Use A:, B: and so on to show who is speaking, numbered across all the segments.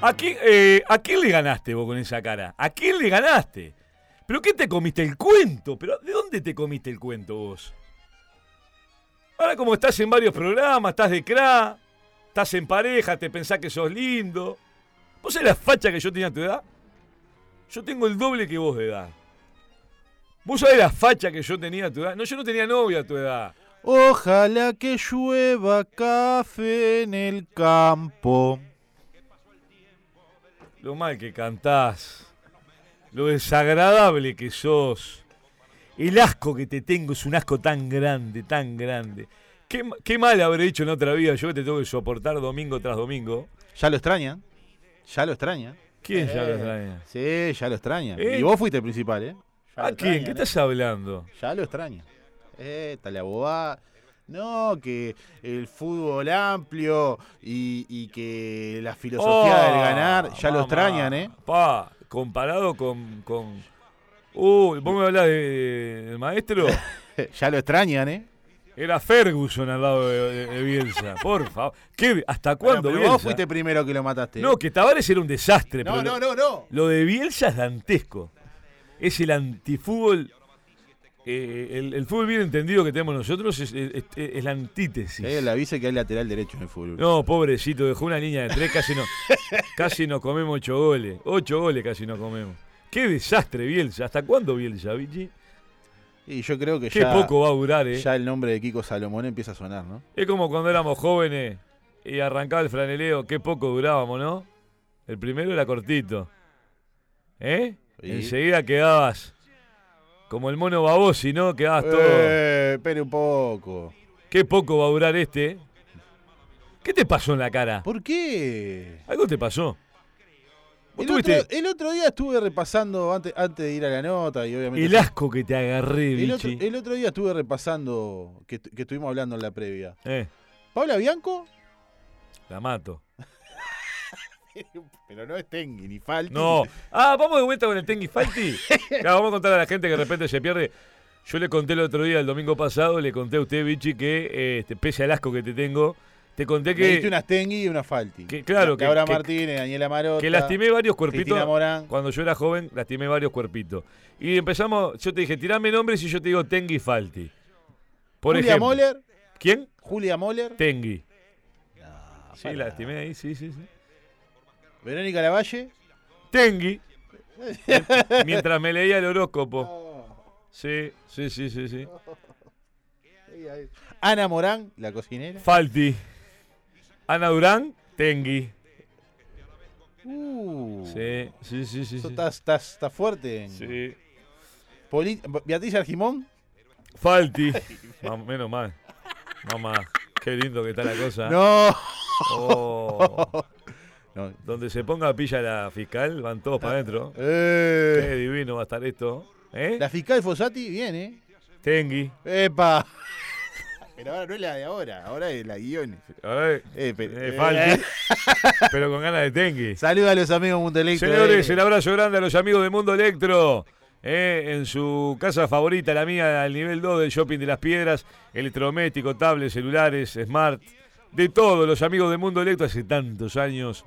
A: ¿A quién, eh, ¿A quién le ganaste vos con esa cara? ¿A quién le ganaste? ¿Pero qué te comiste el cuento? ¿Pero de dónde te comiste el cuento vos? Ahora como estás en varios programas, estás de cra, estás en pareja, te pensás que sos lindo. ¿Vos sabés la facha que yo tenía a tu edad? Yo tengo el doble que vos de edad. ¿Vos sabés la facha que yo tenía a tu edad? No, yo no tenía novia a tu edad.
B: Ojalá que llueva café en el campo.
A: Lo mal que cantás. Lo desagradable que sos. El asco que te tengo es un asco tan grande, tan grande. Qué, ma- qué mal habré hecho en otra vida. Yo que te tengo que soportar domingo tras domingo.
B: Ya lo extrañan. Ya lo extrañan.
A: ¿Quién
B: Eh,
A: ya lo extraña?
B: Sí, ya lo extrañan.
A: Eh.
B: Y vos fuiste el principal, ¿eh? Ya
A: ¿A
B: lo
A: quién?
B: extrañan,
A: ¿Qué
B: ¿eh?
A: estás hablando?
B: Ya lo extraña. Eh, la bobada. No, que el fútbol amplio y, y que la filosofía
A: Oh,
B: del ganar, ya lo
A: mamá.
B: extrañan, ¿eh?
A: Pa, comparado con. con... Uy, ¿vos me hablas del maestro?
B: Ya lo extrañan, ¿eh?
A: Era Ferguson al lado de, de- de Bielsa. Por favor. ¿Qué? ¿Hasta cuándo,
B: Bueno, pero
A: Bielsa?
B: vos fuiste primero que lo mataste. ¿eh?
A: No, que Tavares era un desastre.
B: no,
A: pero
B: no,
A: lo-
B: no, no.
A: Lo de Bielsa es dantesco. Es el antifútbol. eh, el, el fútbol bien entendido que tenemos nosotros es, es- es- es la antítesis.
B: Eh, le avisa que hay lateral derecho en el fútbol.
A: No, pobrecito, dejó una línea de tres, casi, no, casi nos comemos ocho goles. Ocho goles casi nos comemos. Qué desastre, Bielsa. ¿Hasta cuándo Bielsa, Vichy?
B: Y yo creo que
A: Qué
B: ya,
A: poco va a durar, ¿eh?
B: ya el nombre de Kiko Salomón empieza a sonar, ¿no?
A: Es como cuando éramos jóvenes y arrancaba el franeleo. Qué poco durábamos, ¿no? El primero era cortito. ¿Eh?
B: Sí.
A: Enseguida quedabas como el mono babosi, ¿no? Quedabas todo...
B: Eh, espere un poco.
A: Qué poco va a durar este. ¿eh? ¿Qué te pasó en la cara?
B: ¿Por qué?
A: ¿Algo te pasó? ¿Vos
B: El
A: tuviste
B: otro, el otro día estuve repasando antes, antes de ir a la nota y obviamente...
A: el asco que te agarré,
B: El otro,
A: bichi?
B: el otro día estuve repasando que, tu- que estuvimos hablando en la previa.
A: Eh,
B: Paula Bianco,
A: la mato.
B: pero no es Tengui ni Falti.
A: No. Ah, vamos de vuelta con el Tengi Falti. Claro, vamos a contar a la gente que de repente se pierde. Yo le conté el otro día, el domingo pasado, le conté a usted, bichi, que eh, este, pese al asco que te tengo, te conté
B: Me diste
A: que,
B: unas Tengui y una Falti.
A: que- claro, que-
B: Laura
A: que-
B: Martínez, Daniela Marota.
A: que lastimé varios cuerpitos.
B: Cristina Morán.
A: Cuando yo era joven, lastimé varios cuerpitos. Y empezamos, yo te dije, tirame nombres y yo te digo Tengi Falti. Por
B: Julia
A: ejemplo.
B: Moller.
A: ¿Quién?
B: Julia Moller.
A: Tengui.
B: No,
A: Sí,
B: pará.
A: lastimé ahí, sí, sí, sí.
B: Verónica Lavalle.
A: Tengui. Mientras me leía el horóscopo. Sí, sí, sí, sí, sí.
B: Ana Morán, la cocinera.
A: Falti. Ana Durán, Tengui.
B: Uh,
A: Sí, sí, sí, sí.
B: eso
A: sí.
B: está, está- está fuerte.
A: Sí.
B: Poli- Beatriz Argimón.
A: Falti. Ma- menos mal. Mamá, qué lindo que está la cosa.
B: No.
A: Oh.
B: No.
A: Donde se ponga pilla la fiscal, van todos para adentro.
B: Eh.
A: Qué divino va a estar esto. ¿Eh?
B: La fiscal Fossati viene.
A: Tengui.
B: ¡Epa! Pero ahora no es la de ahora, ahora es la guiones.
A: A ver.
B: Eh, pe-
A: eh,
B: eh.
A: Falti. Pero con ganas de Tengui.
B: Saluda a los amigos Mundelecto.
A: Señores,
B: eh.
A: el abrazo grande a los amigos de Mundo Electro. eh, en su casa favorita, la mía, al nivel 2 del shopping de las piedras, electrodoméstico, tablets, celulares, smart, de todo. Los amigos de Mundo Electro hace tantos años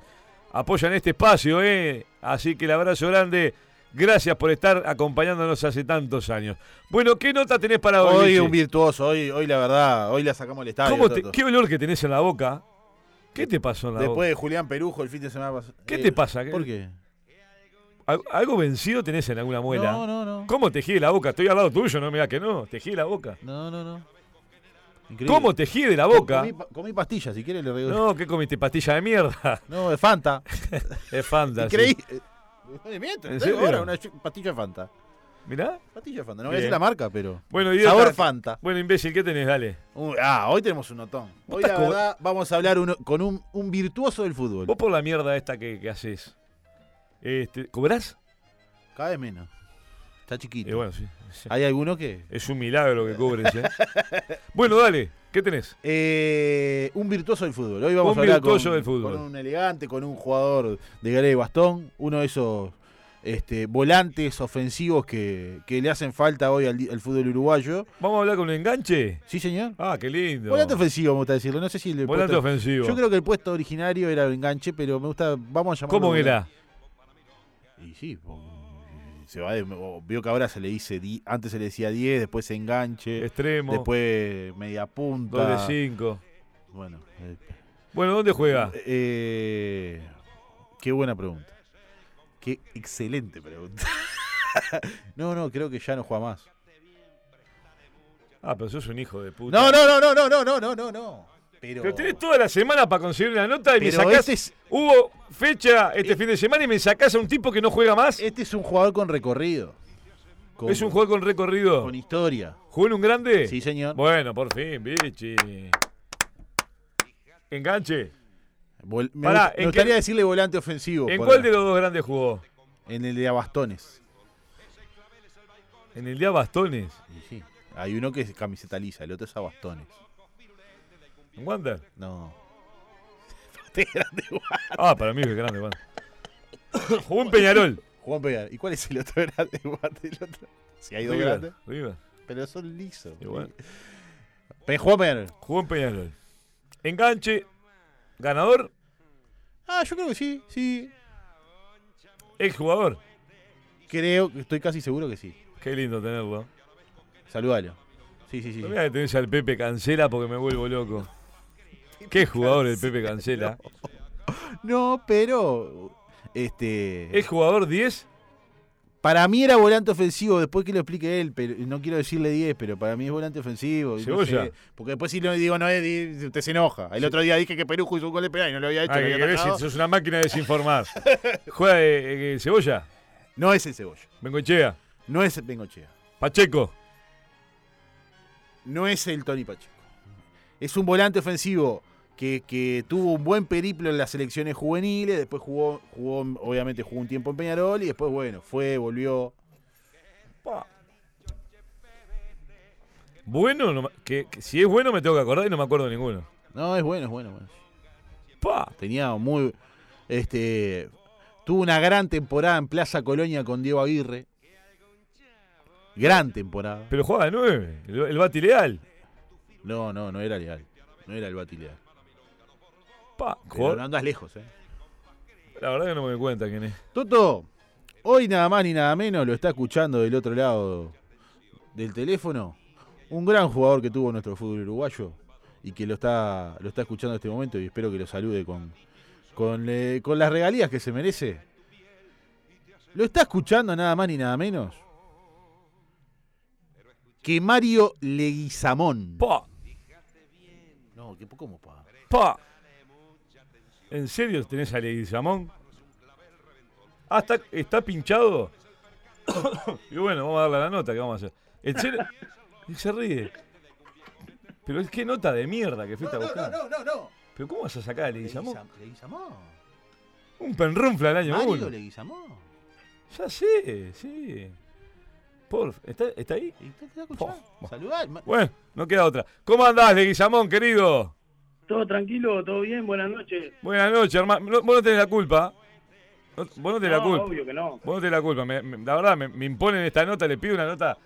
A: apoyan este espacio, ¿eh? Así que el abrazo grande. Gracias por estar acompañándonos hace tantos años. Bueno, ¿qué nota tenés para hoy?
B: Hoy
A: Vichy?
B: un virtuoso, hoy, hoy la verdad, hoy la sacamos al estadio.
A: ¿Cómo te-
B: Toto.
A: ¿Qué olor que tenés en la boca? ¿Qué te pasó en la
B: Después de Julián Perujo el fin de semana pas- eh,
A: ¿Qué te pasa?
B: ¿Por qué?
A: boca? ¿Al- ¿Algo vencido tenés en alguna muela?
B: No, no, no.
A: ¿Cómo te gire la boca? Estoy al lado tuyo, no me digas que no. Te gire la boca.
B: No, no, no. Increíble.
A: ¿Cómo te gire la boca?
B: Comí, pa- comí pastillas, si quieres le regalo. No.
A: No, ¿qué comiste? Pastilla de mierda.
B: de Fanta.
A: Es Fanta. sí.
B: Increíble. No le miento,
A: ¿En
B: te digo
A: serio?
B: ahora una ch- pastilla de Fanta.
A: Mirá.
B: Pastilla de Fanta, no voy a
A: Bien.
B: decir la marca, pero.
A: Bueno, y de
B: Sabor
A: otra-
B: Fanta.
A: Bueno, imbécil, ¿qué tenés? Dale.
B: Un- ah, hoy tenemos un notón.
A: Vos
B: Hoy
A: estás
B: la
A: como-
B: verdad vamos a hablar uno- con un, un virtuoso del fútbol.
A: Vos por la mierda esta que, que haces. Este, ¿Cobrás?
B: Cada vez menos. Está chiquito.
A: Eh, bueno, sí. sí.
B: Hay alguno que...
A: Es un milagro que cobres, ¿eh? bueno, dale. ¿Qué tenés?
B: Eh, un virtuoso del fútbol. Hoy vamos
A: Un
B: a hablar con,
A: virtuoso del fútbol.
B: con un elegante, con un jugador de galera de bastón. Uno de esos este, volantes ofensivos que, que le hacen falta hoy al, al fútbol uruguayo.
A: ¿Vamos a hablar con un enganche?
B: Sí, señor.
A: Ah, qué lindo.
B: Volante ofensivo me gusta decirlo. No sé si el
A: Volante
B: puesto-
A: ofensivo.
B: Yo creo que el puesto originario era el enganche, pero me gusta. Vamos a llamarlo.
A: ¿Cómo era?
B: Y sí, po- se va de- o- vio que ahora se le dice. di- Antes se le decía 10, después se enganche,
A: Extremo,
B: eh, después media
A: doble
B: punta.
A: 5.
B: Bueno, eh,
A: Bueno, ¿dónde juega?
B: eh, qué buena pregunta. Qué excelente pregunta. no, no, creo que ya no juega más.
A: Ah, pero sos un hijo de puta.
B: No, no, no, no, no, no, no, no, no, no. Pero,
A: Pero tenés toda la semana para conseguir una nota y me
B: pero
A: sacás.
B: este, es,
A: Hubo fecha este fin de semana y me sacás a un tipo que no juega más.
B: este es un jugador con recorrido. Con-
A: es un juego con recorrido.
B: con historia.
A: ¿Jugó en un grande?
B: Sí, señor.
A: Bueno, por fin, bichi. Enganche.
B: Vol- me
A: Pará, ¿en
B: gust- me
A: qué-
B: gustaría decirle volante ofensivo.
A: ¿En
B: por
A: cuál
B: ahí.
A: de los dos grandes jugó?
B: En el de Abastones.
A: En el día Bastones.
B: Y sí, Hay uno que es camiseta lisa, el otro es Abastones.
A: ¿En Wander?
B: No.
A: Ah, para mí es el grande Wander. Jugó en Peñarol.
B: Juan Pegar. ¿Y cuál es el otro grande? Guarda, el otro- Si hay dos
A: River,
B: grandes,
A: River.
B: pero son lisos.
A: Y bueno,
B: Pe- Juan Pegar.
A: Jugó en Peñarol. Enganche. Ganador.
B: Ah, yo creo que sí, sí.
A: Exjugador.
B: Creo, estoy casi seguro que sí.
A: Qué lindo tenerlo.
B: Saludalo. Sí, sí, sí.
A: No
B: sí.
A: me voy a tener al Pepe Cancela porque me vuelvo loco. Qué jugador el Pepe Cancela.
B: No, pero. Este.
A: ¿Es jugador 10?
B: Para mí era volante ofensivo, después que lo explique él, pero no quiero decirle 10, pero para mí es volante ofensivo. y no
A: Cebolla.
B: sé, porque después si no digo no es, di- usted se enoja. El otro día dije que Perú hizo un gol de penal y no lo había hecho.
A: Ah,
B: lo
A: que
B: Este había
A: querés,
B: atacado.
A: sos una máquina de desinformar. Juega eh, eh, Cebolla,
B: No es el Cebolla,
A: Bengochea,
B: no es el Bengochea,
A: Pacheco.
B: no es el Tony Pacheco. Es un volante ofensivo que, que tuvo un buen periplo en las selecciones juveniles, después jugó, jugó, obviamente jugó un tiempo en Peñarol y después, bueno, fue, volvió.
A: Pa. Bueno, no me- que, que si es bueno me tengo que acordar y no me acuerdo de ninguno.
B: No, es bueno, es bueno, bueno.
A: Pa.
B: Tenía muy. Este. Tuvo una gran temporada en Plaza Colonia con Diego Aguirre. Gran temporada.
A: Pero juega de 9, el, el Bati Leal.
B: No, no, no era legal. No era el Batileal.
A: Pa.
B: Pero
A: Jugador-
B: no andas lejos, eh.
A: La verdad que no me doy cuenta quién es.
B: Toto, hoy nada más ni nada menos lo está escuchando del otro lado del teléfono. Un gran jugador que tuvo nuestro fútbol uruguayo y que lo está, lo está escuchando en este momento y espero que lo salude con, con, eh, con las regalías que se merece. Lo está escuchando nada más ni nada menos que Mario Leguizamón.
A: Pa.
B: No, que poco pa.
A: Pa. ¿En serio tenés a Leguizamón? Ah, está, está pinchado. y bueno, vamos a darle la nota que vamos a hacer. ¿En serio? Y se ríe. Pero es que nota de mierda que fuiste a buscar.
B: no, no.
A: Pero ¿cómo vas a sacar a Leguizamón?
B: Leguizamón.
A: Un penrunfla del año
B: Mario
A: uno.
B: Leguizamón.
A: Ya sé, sí. Por, ¿está, está ahí?
B: Y te- te va a escuchar.
A: Po.
B: Saludar. Ma-
A: Bueno, no queda otra. ¿Cómo andás, Leguizamón, querido?
C: Todo tranquilo, todo bien, buenas noches.
A: Buenas noches, hermano. No- vos no tenés la culpa. No- vos no tenés la
C: No,
A: culpa.
C: obvio que no.
A: Vos no tenés la culpa. Me- me- la verdad, me, me imponen esta nota, le pido una nota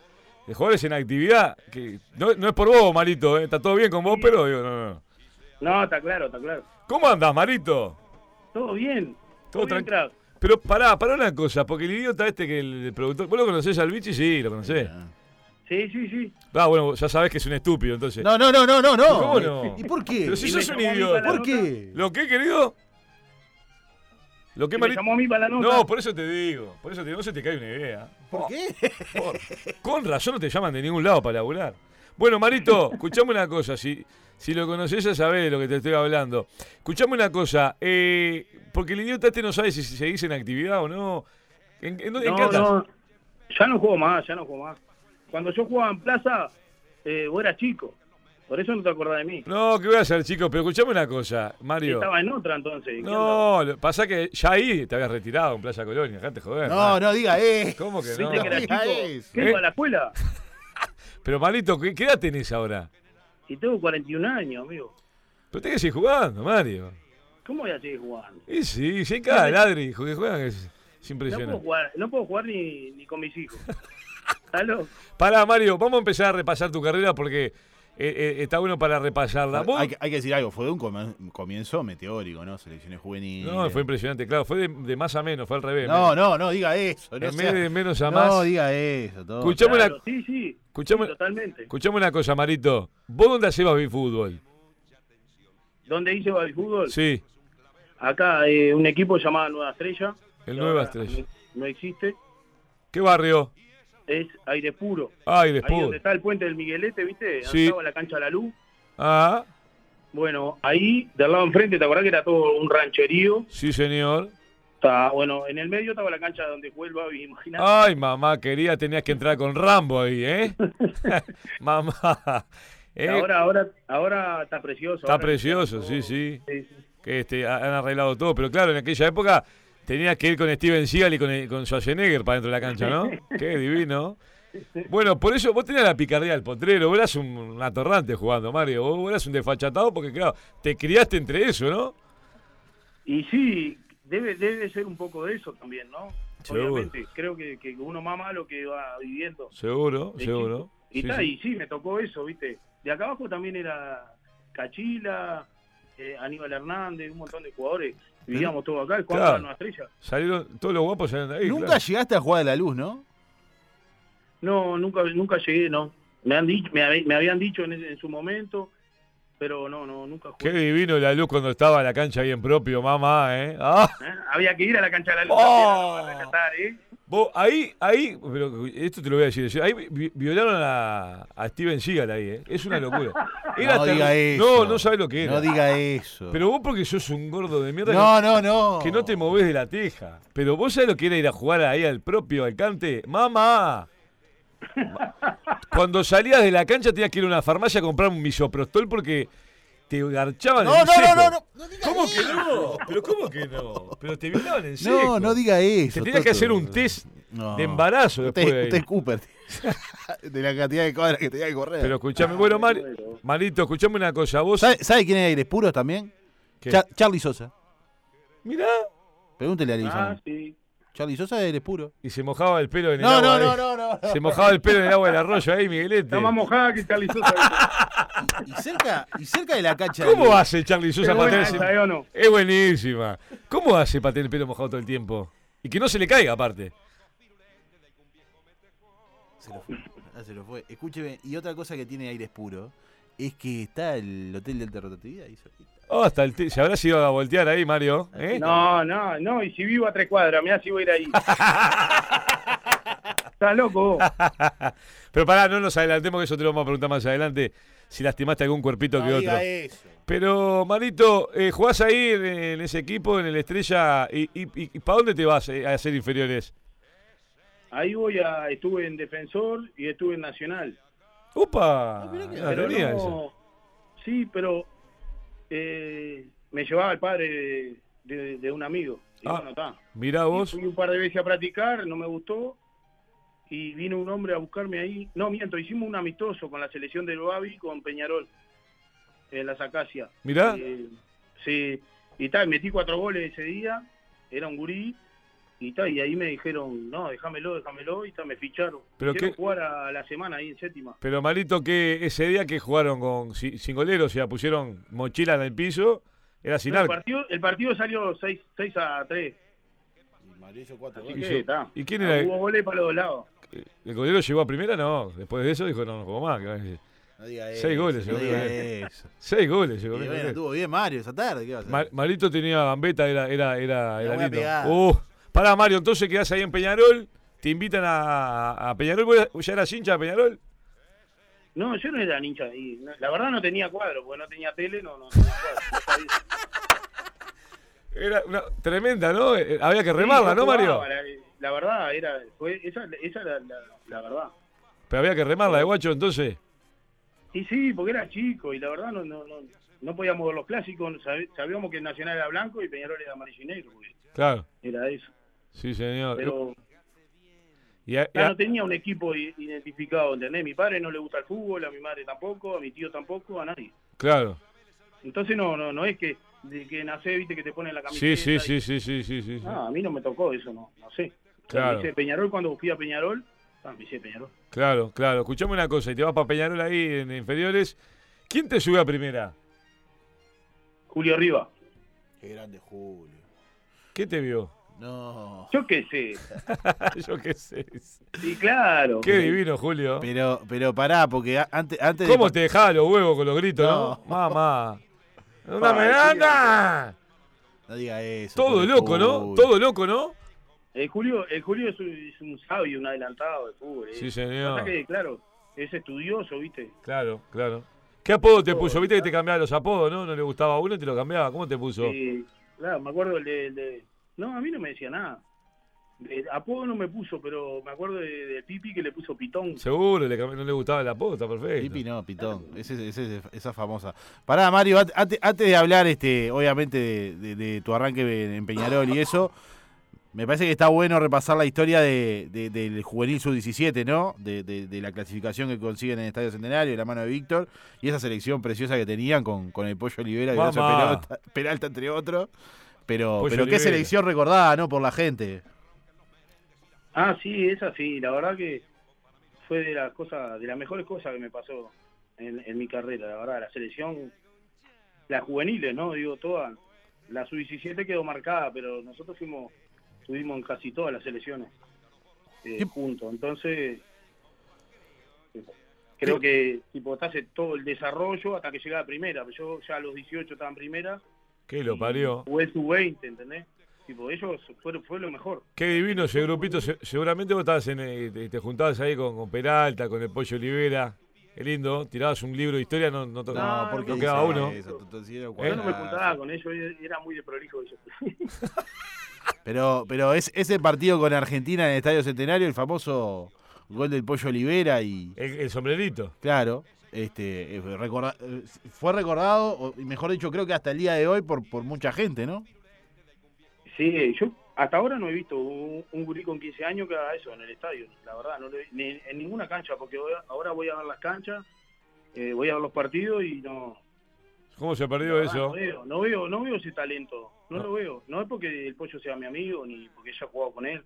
A: de jugadores en actividad. que No, no es por vos, Marito. eh. Está todo bien con vos, pero digo, no, no.
C: No, está claro, está claro.
A: ¿Cómo andás, Marito?
C: Todo bien.
A: Todo
C: Todo, bien,
A: tranqui-
C: crack.
A: Pero pará, pará una cosa, porque el idiota este que el, el productor. ¿Vos lo conocés al bichi? Sí, lo conocés.
B: Ah.
C: Sí, sí, sí.
A: Ah, bueno, ya sabés que es un estúpido, entonces.
B: No, no, no, no, no, no.
A: ¿Cómo no?
B: ¿Y por qué?
A: Pero si
C: Y
A: sos
C: me
A: un
C: llamó a mí
A: idiota.
C: para
B: ¿Por qué?
A: ¿Lo qué, querido? ¿Lo qué,
C: Que me
A: Marito?
C: llamó a mí para la nota.
A: No, por eso te digo. Por eso te digo, no se te cae una idea.
B: ¿Por qué?
A: Por- con razón no te llaman de ningún lado para laburar. Bueno, Marito, escuchame una cosa. Si, si lo conocés, ya sabés de lo que te estoy hablando. Escuchame una cosa. eh, porque el idiota este no sabe si seguís en actividad o no. ¿En, en, dónde- en qué
C: no,
A: andás?
C: no. Ya no juego más, ya no juego más. Cuando yo jugaba en plaza, eh, vos eras chico. Por eso no te acordás de mí.
A: No, ¿qué voy a hacer, chicos? Pero escuchame una cosa,
C: Yo
A: Mario.
C: Estaba en otra entonces. ¿qué onda?
A: No, lo- pasa que ya ahí te habías retirado en Playa Colonia. Dejate joder.
B: No,
A: man.
B: no diga eso.
A: ¿Cómo que no?
C: ¿Viste que era
B: diga
C: chico?
B: eso.
C: ¿Qué
A: ¿Eh?
C: iba a la escuela?
A: Pero, Marito, ¿qué, qué edad tenés ahora?
C: Y tengo 41 años, amigo.
A: Pero tenés que seguir jugando, Mario.
C: ¿Cómo voy a seguir jugando?
A: Y sí, sí, cada ladri hijo, que juegan. que se- Es
C: No puedo
A: impresionante.
C: jugar, no puedo jugar ni, ni con mis hijos. ¿Está loco?
A: Pará, Mario, vamos a empezar a repasar tu carrera porque eh, eh, está bueno para repasarla. Vos-
B: Hay, que- hay que decir algo, fue de un comen- comienzo meteórico, ¿no? Selecciones juveniles.
A: No, fue impresionante, claro, fue de, de más a menos, fue al revés.
B: No, no, no, diga eso. No,
A: En
B: sea-
A: vez de menos a
B: no
A: más.
B: diga eso. Todo.
A: Escuchame una-
C: Claro, sí, sí,
A: escuchame-
C: sí, totalmente.
A: Escuchame una cosa, Marito. ¿Vos dónde hacías mi fútbol?
C: ¿Dónde hice el fútbol?
A: Sí,
C: Acá eh, un equipo llamado Nueva Estrella.
A: el
C: que
A: Nueva
C: ahora
A: Estrella.
C: No, no existe.
A: ¿Qué barrio?
C: Es aire puro.
A: Ay,
C: Ahí donde
A: después.
C: está el puente del Miguelete, ¿viste?
A: Sí.
C: Estaba la cancha La Luz.
A: Ah,
C: Bueno, ahí del lado enfrente, ¿te acordás que era todo un rancherío?
A: sí, señor.
C: Está, bueno, en el medio estaba la cancha donde jugué el Babi, imagínate.
A: Ay, mamá, quería, tenías que entrar con Rambo ahí, ¿eh? mamá. ¿eh?
C: ahora, ahora, ahora está precioso.
A: Está
C: ahora
A: precioso,
C: todo-
A: sí, sí.
C: sí, sí.
A: Que este, ha- han arreglado todo, pero claro, en aquella época tenías que ir con Steven Seagal y con, el- con Schwarzenegger para dentro de la cancha, ¿no? Qué divino. Bueno, por eso vos tenías la picardía del potrero, vos eras un, un atorrante jugando, Mario, vos, vos eras un desfachatado porque, claro, te criaste entre eso, ¿no?
C: Y sí, debe, debe ser un poco de eso también, ¿no?
A: Seguro.
C: Obviamente, creo que, que uno mama lo que va viviendo.
A: Seguro,
C: de
A: seguro.
C: chico. Y,
A: Sí,
C: ta,
A: sí.
C: y sí, me tocó eso, ¿viste? De acá abajo también era Cachila, eh, Aníbal Hernández, un montón de jugadores. Vivíamos todo acá, el
A: Claro.
C: cuadro nuestra estrella.
A: Salieron, todos los guapos salieron de ahí.
B: Nunca
A: claro.
B: llegaste a jugar a la luz, ¿no?
C: No, nunca, nunca llegué, no. Me han dicho, me, habe- me habían dicho en, ese- en su momento, pero no, no, nunca
A: Qué
C: jugué.
A: divino la luz cuando estaba la cancha bien propio, mamá, ¿eh? Ah.
C: ¿Eh? Había que ir a la cancha de la luz.
A: Oh.
C: también, a rescatar, ¿eh?
A: Vos, ahí, ahí, pero esto te lo voy a decir, yo, ahí vi- violaron a, a Steven Seagal ahí, ¿eh? es una locura. Era
B: no
A: terri-
B: diga eso.
A: No, no sabes lo que era.
B: No diga eso.
A: Pero vos porque sos un gordo de mierda
B: no, no, no.
A: que, que no te movés de la teja. Pero vos sabés lo que era ir a jugar ahí al propio Alcante. ¡Mamá! Cuando salías de la cancha tenías que ir a una farmacia a comprar un misoprostol porque te garchaban
B: No,
A: en
B: no,
A: seco.
B: no, no, no, no diga
A: ¿Cómo que no? ¿Pero cómo que no? Pero te violaban en seco.
B: No, no diga
A: Te
B: eso.
A: tenías que
B: Toto.
A: hacer un test
B: No.
A: de embarazo
B: Usted,
A: después de ahí.
B: usted es Cooper. de la cantidad de cuadras que tenía que correr.
A: Pero escuchame,
B: Ah,
A: bueno, Mar- Marito, escuchame una cosa. Vos,
B: ¿Sabe, sabe quién es Aires Puros también?
A: ¿Qué?
B: Cha- Charlie Sosa.
A: mirá,
B: Pregúntele a Aries.
C: Ah, sí.
B: Charlie Sosa es de Aires Puros.
A: y se mojaba el pelo en el
B: No,
A: agua.
B: no,
A: de-
B: no, no, no. no.
A: Se mojaba el pelo en el agua del arroyo ahí, Este. Miguelete.
C: Está más mojada que Charlie Sosa. ¿viste?
B: Y cerca, y cerca de la cancha.
A: ¿Cómo
B: de-
A: hace Charlie Sosa
C: Pero
A: para
C: bueno,
A: tener
C: esa,
A: ese-
C: ¿eh, o no?
A: Es buenísima. ¿Cómo hace para tener el pelo mojado todo el tiempo? Y que no se le caiga, aparte.
B: Se lo fue. Ah, se lo fue. Escúcheme, y otra cosa que tiene Aires Puro es que está el hotel de alta rotatividad ahí solito.
A: Oh, hasta el te- se habrá ido a voltear ahí, Mario. ¿eh?
C: No, no, no, y si vivo a tres cuadras, mirá si voy a ir ahí. Estás loco vos.
A: Pero pará, no nos adelantemos, que eso te lo vamos a preguntar más adelante. Si lastimaste algún cuerpito que otro.
B: eso.
A: Pero, Marito, eh, jugás ahí en, en ese equipo, en el Estrella, y, ¿para dónde te vas eh, a hacer inferiores?
C: Ahí voy a, estuve en Defensor y estuve en Nacional.
A: ¡Upa!
B: Ah, mirá que-
A: No,
C: Pero
A: tenía
C: no-
A: eso.
C: sí, pero eh, me llevaba el padre de, de- de un amigo. Y
A: Ah.
C: bueno, está.
A: Mirá
C: Y
A: vos.
C: Fui un par de veces a practicar, no me gustó. Y vino un hombre a buscarme ahí. No, miento, hicimos un amistoso con la selección del Babi con Peñarol. En las acacias.
A: Mirá.
C: Eh, sí, y tal, metí cuatro goles ese día, era un gurí, y tal, y ahí me dijeron, no, déjamelo, déjamelo, y tal, me ficharon.
A: Pero
C: Quiero
A: qué-
C: jugar a la semana ahí en séptima.
A: Pero, Marito, que ese día que jugaron con si- sin goleros, o sea, pusieron mochila en el piso, era sin
C: No, el,
A: arco.
C: partido, el partido salió 6, a 3. Así
A: ¿Y,
C: que,
A: yo-
C: está.
A: ¿y quién era?
C: Hubo goles para los dos lados.
A: ¿El golero llegó a primera? No. Después de eso dijo, no, no juego más. que va a decir.
B: No diga
A: Seis
B: eso.
A: goles,
B: No diga
A: seguro. eh.
B: eso.
A: Seis goles
B: Y
A: llegó.
B: bueno, estuvo bien Mario esa tarde. ¿Qué va a hacer?
A: Ma- Marito tenía gambeta, era, era, era,
B: La
A: era
B: voy a
A: lindo.
B: pegar.
A: Uh, pará, Mario, entonces quedás ahí en Peñarol, te invitan a, a Peñarol, ¿vos ya eras hincha de Peñarol?
C: No, yo no era hincha ahí. No, La verdad no tenía cuadro, porque no tenía tele, no, no tenía cuadro. no sabía.
A: Era una- tremenda, ¿no? Eh, Había que
C: Sí,
A: remarla,
C: yo
A: ¿no, Mario?
C: jugaba, La, la verdad, era, fue, esa esa era la, la verdad.
A: Pero había que remarla, de guacho, entonces.
C: Y sí, porque era chico y la verdad no no, no, no podíamos ver los clásicos. sabe- Sabíamos que Nacional era blanco y Peñarol era amarillo y negro. porque
A: Claro,
C: Era eso.
A: sí, señor.
C: Pero
A: Y a- y
C: ya
A: a-
C: no tenía un equipo i- identificado, ¿entendés? Mi padre no le gusta el fútbol, a mi madre tampoco, a mi tío tampoco, a nadie.
A: claro,
C: Entonces no no no es que de que nacés, viste, que te ponen la
A: Sí,
C: camiseta.
A: sí,
C: y-
A: sí, sí, sí, sí, sí. sí.
C: Ah, a mí no me tocó eso, no, no sé.
A: Claro.
C: Me hice de Peñarol cuando fui a Peñarol, ah, me hice de Peñarol.
A: Claro, claro. Escuchame una cosa, y te vas para Peñarol ahí en inferiores. ¿Quién te subió a primera?
C: Julio Riva.
B: Qué grande Julio.
A: ¿Qué te vio?
B: No.
C: Yo qué sé.
A: Yo qué sé.
C: Y claro.
A: Qué divino, Julio.
B: Pero, pero pará, porque a- antes, antes de-
A: ¿Cómo te dejaba los huevos con los gritos, no?
B: No.
A: Mamá. ¡Una
C: Pa,
A: meranda!
B: No diga eso.
A: Todo
B: pobre
A: loco, ¿no?
B: Julio.
A: Todo loco, ¿no?
C: El Julio, el Julio es, un, es un sabio, un adelantado de fútbol.
A: Sí,
C: eh.
A: señor.
C: Pasa que, claro, es estudioso, viste.
A: Claro, claro. ¿Qué apodo te puso? Viste que te cambiaba los apodos, ¿no? No le gustaba uno y te lo cambiaba. ¿Cómo te puso?
C: Eh, claro, me acuerdo el de, el de- No, a mí no me decía nada. De- apodo no me puso, pero me acuerdo de, de Pipi que le puso Pitón.
A: Seguro, le cambi- no le gustaba el apodo, está perfecto.
B: Pipi no, Pitón. Ese- ese- esa famosa. Pará, Mario, ante- ante- antes de hablar, este, obviamente, de, de- de tu arranque en Peñarol y eso, me parece que está bueno repasar la historia de- de- del juvenil sub-17, ¿no? De, de- de la clasificación que consiguen en el Estadio Centenario, de la mano de Víctor, y esa selección preciosa que tenían con, con el Pollo Olivera y el Brazo
A: Mamá.
B: Peralta, Peralta, entre otros. Pero,
A: Pollo
B: pero qué
A: Olivera.
B: selección recordada, ¿no? Por la gente.
C: Ah, sí, esa sí, la verdad que fue de las cosas, de las mejores cosas que me pasó en, en mi carrera, la verdad, la selección, las juveniles, ¿no? Digo, todas, la sub-17 quedó marcada, pero nosotros fuimos, estuvimos en casi todas las selecciones eh,
B: Sí.
C: juntos, entonces eh, creo que tipo está todo el desarrollo hasta que llegaba a primera, yo ya a los 18 estaba en primera,
A: ¿Qué lo parió?
C: jugué sub-20, ¿entendés? Tipo, ellos fueron, fue lo mejor.
A: Qué divino ese grupito. Se- Seguramente vos estabas en, eh, te, te juntabas ahí con, con Peralta, con el Pollo Olivera. Qué lindo. Tirabas un libro de historia, no, no, to-
C: No,
A: no
C: porque
A: quedaba
B: dice
A: uno.
B: eso, tú- tú- sí, era un
A: ¿Eh?
C: Yo no me
B: cuadrazo.
C: juntaba con ellos, era muy de prolijo eso.
B: Pero, pero es ese partido con Argentina en el Estadio Centenario, el famoso gol del Pollo Olivera y
A: El, el sombrerito.
B: claro, este eh, recorda- eh, fue recordado, o y mejor dicho, creo que hasta el día de hoy por, por mucha gente, ¿no?
C: Sí, yo hasta ahora no he visto un, un gurí con 15 años que haga eso en el estadio, la verdad, no lo he- ni en ninguna cancha, porque voy a- ahora voy a ver las canchas, eh, voy a ver los partidos y no,
A: ¿Cómo se perdió
C: la verdad,
A: eso?
C: no veo, no veo, no veo ese talento, no,
A: No.
C: lo veo, no es porque el pollo sea mi amigo ni porque haya jugado con él,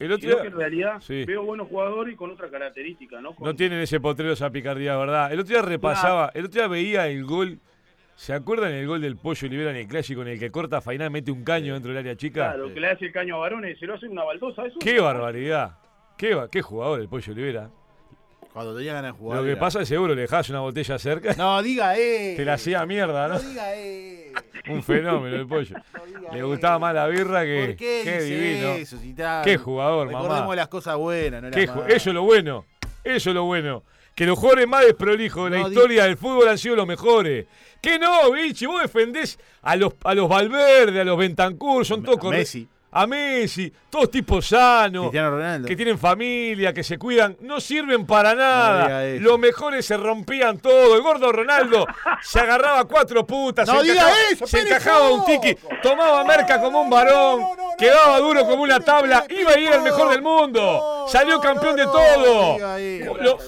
A: El otro
C: sino que
A: día-
C: en realidad
A: Sí.
C: veo buenos jugadores y con otra característica, ¿no? Con-
A: No tienen ese potrero, esa picardía, ¿verdad? El otro día repasaba, el otro día veía el gol. ¿Se acuerdan el gol del Pollo Olivera en el clásico en el que corta Fainá, mete un caño dentro del área chica?
C: Claro, que le hace el caño a varones, se lo hace una baldosa eso.
A: ¡Qué barbaridad! ¡Qué, ba- qué jugador el Pollo Olivera!
B: Cuando tenía ganas de jugar.
A: Lo que
B: era-
A: pasa es seguro le dejás una botella cerca,
B: No, diga eh.
A: te la hacía mierda, ¿no?
B: No diga eh.
A: Un fenómeno el Pollo.
B: no diga,
A: Le
B: eh.
A: gustaba más la birra que.
B: ¿Por qué, dice
A: divino!
B: eso? Si está-
A: ¡Qué jugador,
B: Recordemos
A: mamá!
B: las cosas buenas, no las
A: Qué ju-
B: malas.
A: eso es lo bueno. Eso es lo bueno. Que los jugadores más desprolijos de la
B: No, di-
A: historia del fútbol han sido los mejores. Que no, bichi, vos defendés a los, a los Valverde, a los Bentancur, son
B: A
A: todos corre-
B: Messi.
A: A Messi, todos tipos sanos,
B: Cristiano Ronaldo.
A: que tienen familia, que se cuidan, no sirven para
B: No
A: nada.
B: diga eso.
A: los mejores se rompían todo. El gordo Ronaldo se agarraba a cuatro putas,
B: No
A: se,
B: diga
A: encajaba,
B: eso,
A: se
B: Pérez,
A: encajaba un
B: no.
A: tiki, tomaba merca como un varón,
B: no, no, no,
A: quedaba
B: no,
A: duro
B: no,
A: como una
B: Pérez,
A: tabla,
B: Pérez,
A: iba a ir
B: Pérez,
A: el mejor
B: no,
A: del mundo,
B: no,
A: salió
B: no,
A: campeón de
B: no,
A: todo.
B: diga eso.
A: Lo-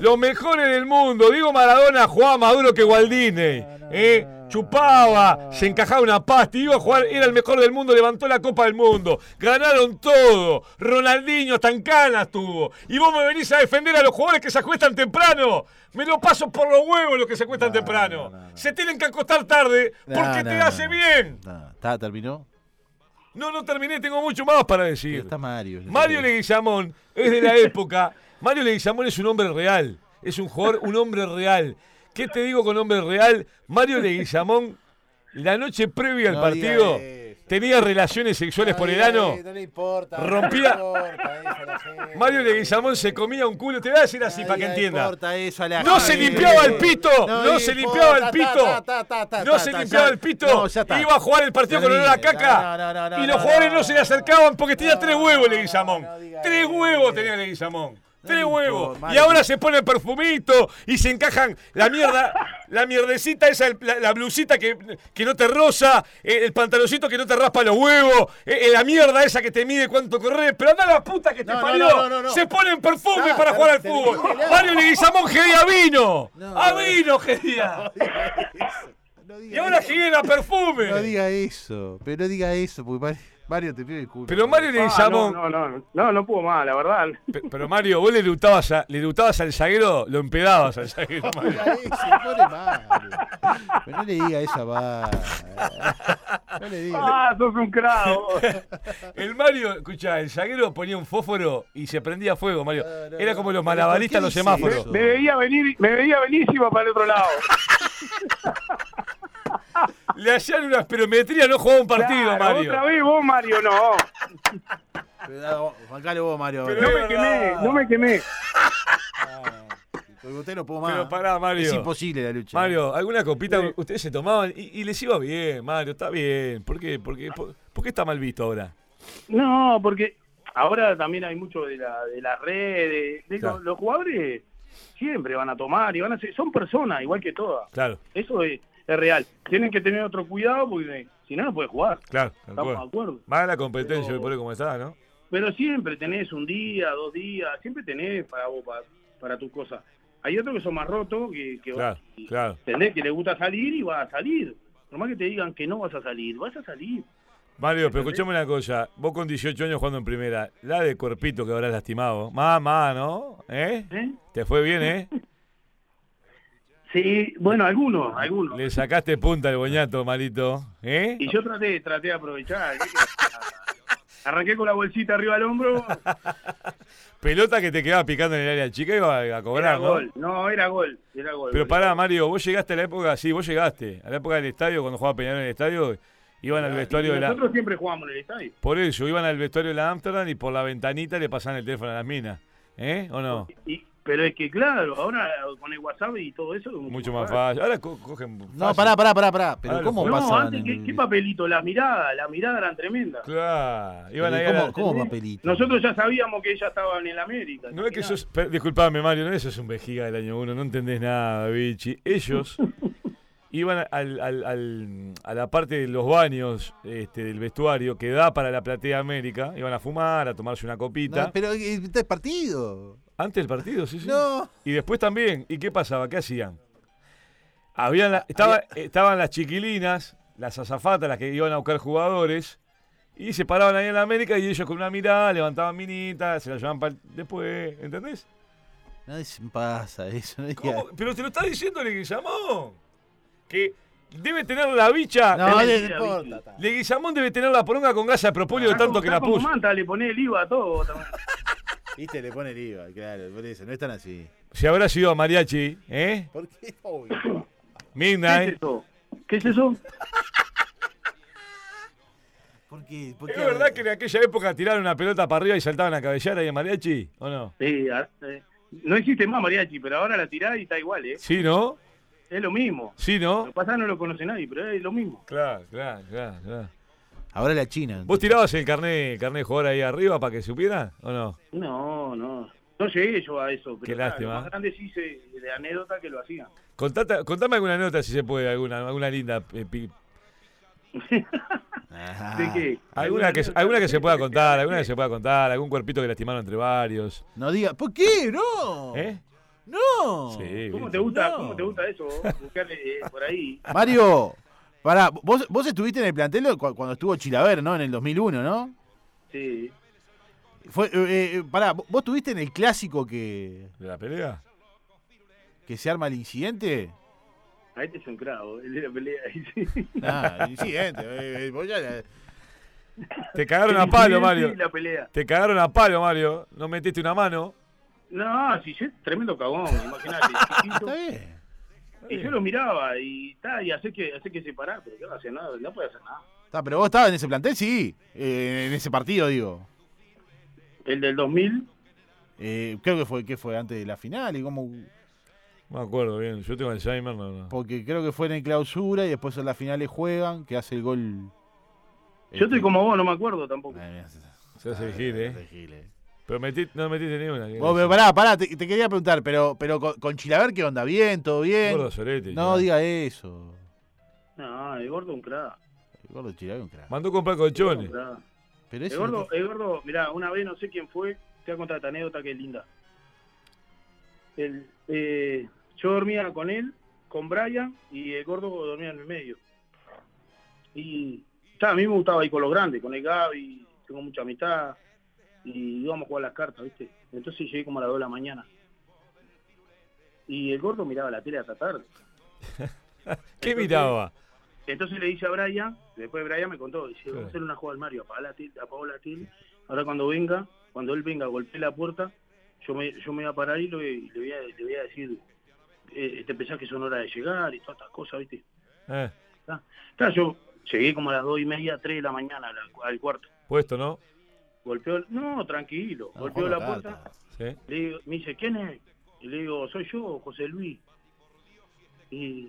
A: los mejores del mundo, Diego Maradona jugaba más duro que Gualdini, ¿eh? chupaba, se encajaba una pasta, iba a jugar, era el mejor del mundo, levantó la Copa del Mundo, ganaron todo, Ronaldinho hasta en canas tuvo, y vos me venís a defender a los jugadores que se acuestan temprano, me lo paso por los huevos los que se acuestan temprano, se tienen que acostar tarde
B: No,
A: porque
B: no,
A: te
B: no,
A: hace
B: no.
A: bien.
B: No, Ah, ¿Está, terminó?
A: No, no terminé, tengo mucho más para decir.
B: Pero está Mario.
A: Mario Leguizamón es de la época. Mario Leguizamón es un hombre real. Es un jugador, un hombre real. ¿Qué te digo con hombre real? Mario Leguizamón, la noche previa al
B: No
A: partido,
B: diga eso.
A: tenía relaciones sexuales por el ano.
B: No le importa.
A: no le Rompía- Mario Leguizamón se comía un culo. Te voy a decir así para que entienda. No se limpiaba el pito, no, se limpiaba el pito, no se limpiaba el pito, iba a jugar el partido con olor a caca y los jugadores no, se le acercaban porque tenía tres huevos Leguizamón, tres huevos tenía Leguizamón, tres
B: no,
A: huevos y
B: Mario.
A: ahora se pone el perfumito y se encajan la mierda, la mierdecita esa, el- la, la blusita que, que no te rosa, eh, el pantaloncito que no te raspa los huevos, eh, eh, la mierda esa que te mide cuánto corres, pero anda la puta que te
B: No, no,
A: parió,
B: no, no, no.
A: se ponen perfume
B: Ah,
A: para jugar al
B: te-
A: fútbol,
B: te-
A: Mario Leguizamón que día Ah, vino.
B: No.
A: ¡A vino, Gedía!
B: No, no diga
A: Y ahora
B: eso.
A: siguen a perfume.
B: No diga eso, pero no diga eso, porque Mari- Mario te pide el culo.
A: Pero Mario le
C: Ah,
A: llamó.
C: no, no, no, no, no pudo más, la verdad.
A: Pe- Pero Mario, vos le lutabas, a- le lutabas al zaguero, lo empedabas al zaguero.
B: No
A: Mario.
B: diga eso, pobre Mario. Pero no le diga esa va. No le diga.
C: Ah, sos un cravo.
A: El Mario, escuchá, el zaguero ponía un fósforo y se prendía fuego, Mario.
B: No, no,
A: Era
B: no.
A: como los
B: ¿Pero por
A: malabaristas
B: qué
A: los
B: dice
A: semáforos.
B: eso?
C: Me veía venir, me veía venísimo para el otro lado.
A: Le hacían una espirometría, no jugaba un partido,
C: Claro,
A: Mario.
C: Otra vez vos, Mario, no.
B: Pero da- vos- Bancalo vos, Mario.
A: Pero-
C: No
A: Es
B: ahora.
C: me quemé,
A: verdad.
C: no me quemé.
B: Ah, Porque usted no puedo más.
A: Pero pará, Mario.
B: Es imposible la lucha.
A: Mario, alguna copita
C: Sí.
A: ustedes se tomaban y, y les iba bien, Mario, está bien. ¿Por qué? ¿Por qué, por, por qué está mal visto ahora?
C: No, porque ahora también hay mucho de, la, de las redes. de-
A: Claro.
C: los, los jugadores siempre van a tomar y van a ser, son personas igual que todas.
A: Claro,
C: Eso es, es real. Tienen que tener otro cuidado porque si no, no puedes jugar.
A: claro. de
C: Estamos de
A: acuerdo.
C: acuerdo.
A: Más la competencia,
C: Pero-
A: hoy por hoy como está, ¿no?
C: Pero siempre tenés un día, dos días, siempre tenés para vos, para, para tus cosas. Hay otros que son más rotos, que, que
A: Claro,
C: y-
A: claro.
C: entendés que le gusta salir y vas a salir. Por más que te digan que no vas a salir, vas a salir.
A: Mario, pero escuchame una cosa. Vos con 18 años jugando en primera, la de cuerpito que habrás lastimado. Mamá, ¿no? ¿Eh?
C: ¿eh?
A: Te fue bien, ¿eh?
C: Sí, bueno, algunos, algunos.
A: Le sacaste punta al boñato, malito. ¿Eh?
C: Y yo traté, traté de aprovechar. ¿qué querés? Arranqué con la bolsita arriba del hombro.
A: Pelota que te quedaba picando en el área chica iba a
C: Era
A: cobrar, ¿no?
C: gol. No, era gol. Era gol.
A: Pero pará, Mario, vos llegaste a la época, sí, vos llegaste. A la época del estadio, cuando jugaba Peñarol en el estadio, iban al vestuario de la...
C: Nosotros siempre jugamos en el estadio.
A: Por eso, iban al vestuario de la Amsterdam y por la ventanita le pasaban el teléfono a las minas. ¿Eh? ¿O no?
C: Y- pero es que claro, ahora con el WhatsApp y todo eso. es
A: Mucho más fácil. Ahora co- cogen...
B: ¿eh? No,
A: fácil.
B: pará, pará, pará, pará. Pero
A: Ahora
B: ¿cómo
A: fue.
C: No,
B: pasaban
C: antes,
B: en
C: ¿qué,
B: el-
C: qué papelito? La mirada, la mirada era tremenda.
A: Claro. Iban
B: Pero
A: ahí a la-
B: ¿Cómo, cómo papelito?
C: Nosotros ya sabíamos que ella estaba en el América.
A: No es que
C: mirá.
A: sos. per- Disculpame, Mario, no es que sos un vejiga del año 1, no entendés nada, bichi. Ellos iban al- al- al- a la parte de los baños este, del vestuario que da para la platea América. Iban a fumar, a tomarse una copita.
B: No, pero eh, este es partido.
A: Antes del partido, sí, sí.
B: No.
A: Y después también. ¿Y qué pasaba? ¿Qué hacían? Habían la- estaba- Estaban las chiquilinas, las azafatas, las que iban a buscar jugadores. Y se paraban ahí en la América y ellos con una mirada levantaban minitas, se la llevaban para después, ¿entendés?
B: No es- pasa eso. No, diga-
A: ¿Cómo? Pero te lo está diciendo Leguizamón. Que debe tener la bicha.
B: no, no
A: Le-
C: mentira,
B: importa.
C: Vicky.
B: está.
A: Leguizamón debe tener la poronga con gasa de propóleo de
C: Está
A: tanto
C: como-
A: que
C: está
A: la
C: como
A: puso.
C: Manta, le pone el IVA a todo. también.
B: Viste, le pone el IVA, claro. Por eso, no están así.
A: Si habrá sido a Mariachi, ¿eh?
B: ¿Por qué? Obvio.
C: ¿Qué es
A: Midnight.
C: eso? ¿Qué es eso?
B: ¿Por qué? ¿Por
A: ¿Es
B: qué?
A: verdad que en aquella época tiraron una pelota para arriba y saltaban a cabellar ahí a Mariachi? ¿O no?
C: Sí, a- eh, no existe más mariachi, pero ahora la tirada y está igual, ¿eh?
A: ¿Sí, no?
C: Es lo mismo.
A: ¿Sí,
C: Lo que
A: no?
C: pasa no lo conoce nadie, pero es lo mismo.
A: Claro, claro, claro, claro.
B: Ahora la China.
A: ¿Vos tirabas el carnet, el carnet de jugador ahí arriba para que supiera? ¿O no?
C: No, no. No llegué yo a eso. Pero
A: Qué
C: claro,
A: lástima.
C: Los más grandes sí se, de anécdota que lo hacían.
A: Contate- contame alguna nota si se puede, alguna, alguna linda. eh, pi-
B: Ah.
C: ¿De qué?
A: Alguna que, alguna que se pueda contar, alguna que se pueda contar, algún cuerpito que lastimaron entre varios.
B: No diga. ¿Por qué? No.
A: ¿Eh?
B: No.
A: Sí.
C: ¿Cómo
A: viste.
C: te gusta,
B: No.
C: cómo te gusta eso? Buscarle eh, por ahí.
B: Mario, pará. Vos, vos estuviste en el plantel cu- cuando estuvo Chilaver, ¿no? En el 2001, ¿no?
C: Sí.
B: Fue, eh, eh, pará, ¿vos estuviste en el clásico que,
A: ¿De la pelea?
B: que se arma el incidente?
C: A este es un cravo, el de la pelea. sí.
B: Nah, el incidente. eh, eh, vos ya la-
A: Te cagaron a
C: El
A: palo,
C: incidente
A: Mario.
C: y La pelea.
A: Te cagaron a palo, Mario. No metiste una mano.
C: No, si yo tremendo cagón, imagínate. chiquito.
B: Está bien.
C: y yo lo miraba y ta, y hace que, hace que se parara, pero yo no hacía nada, no puede hacer nada.
B: Está, pero vos estabas en ese plantel, sí. Eh, en ese partido, digo.
C: El del 2000,
B: Eh, creo que fue que fue antes de la final y como
A: No me acuerdo bien. Yo tengo Alzheimer, no, no.
B: porque creo que fue en el clausura y después en las finales juegan que hace el gol. Eh,
C: yo
B: Este.
C: estoy como vos, no me acuerdo tampoco.
A: Se hace el gil, ¿eh? Pero metí- no metiste ni una.
B: Vos, pero pará, pará, te, te quería preguntar, pero pero con, con Chilaver qué onda, bien, todo bien.
A: Gordo sorete,
B: no
A: ya.
B: diga eso.
C: No, el gordo un cravo.
B: El gordo Chilaver es un crack.
A: Mandó comprar colchones.
C: un cravo.
B: Pero
C: El
B: eso
C: gordo,
B: no te-
C: el gordo, mirá, una vez no sé quién fue, te voy a contar esta anécdota que es linda. El, eh, yo dormía con él, con Brian y el gordo dormía en el medio. Y ya, a mí me gustaba ir con los grandes, con el Gaby, tengo mucha amistad y íbamos a jugar las cartas, ¿viste? Entonces llegué como a las 2 de la mañana. Y el gordo miraba la tele hasta tarde.
A: ¿Qué miraba?
C: Entonces le dice a Brian, después Brian me contó, dice, vamos
A: Sí.
C: a hacer una jugada al Mario, apagá la tele, apagó la tele, ahora cuando venga, cuando él venga, golpee la puerta, yo me, yo me voy a parar y lo- y le, voy, a, le voy a decir, eh, te pensás que son horas de llegar y todas estas cosas, ¿viste?
A: Eh,
C: Claro, yo llegué como a las dos y media, tres de la mañana al, al cuarto.
A: puesto, ¿no?
C: Golpeó, el- no, tranquilo,
B: No,
C: golpeó
B: jugando
C: la puerta,
B: cartas.
A: Sí.
C: le digo- me dice, ¿quién es? Y le digo, soy yo, José Luis. Y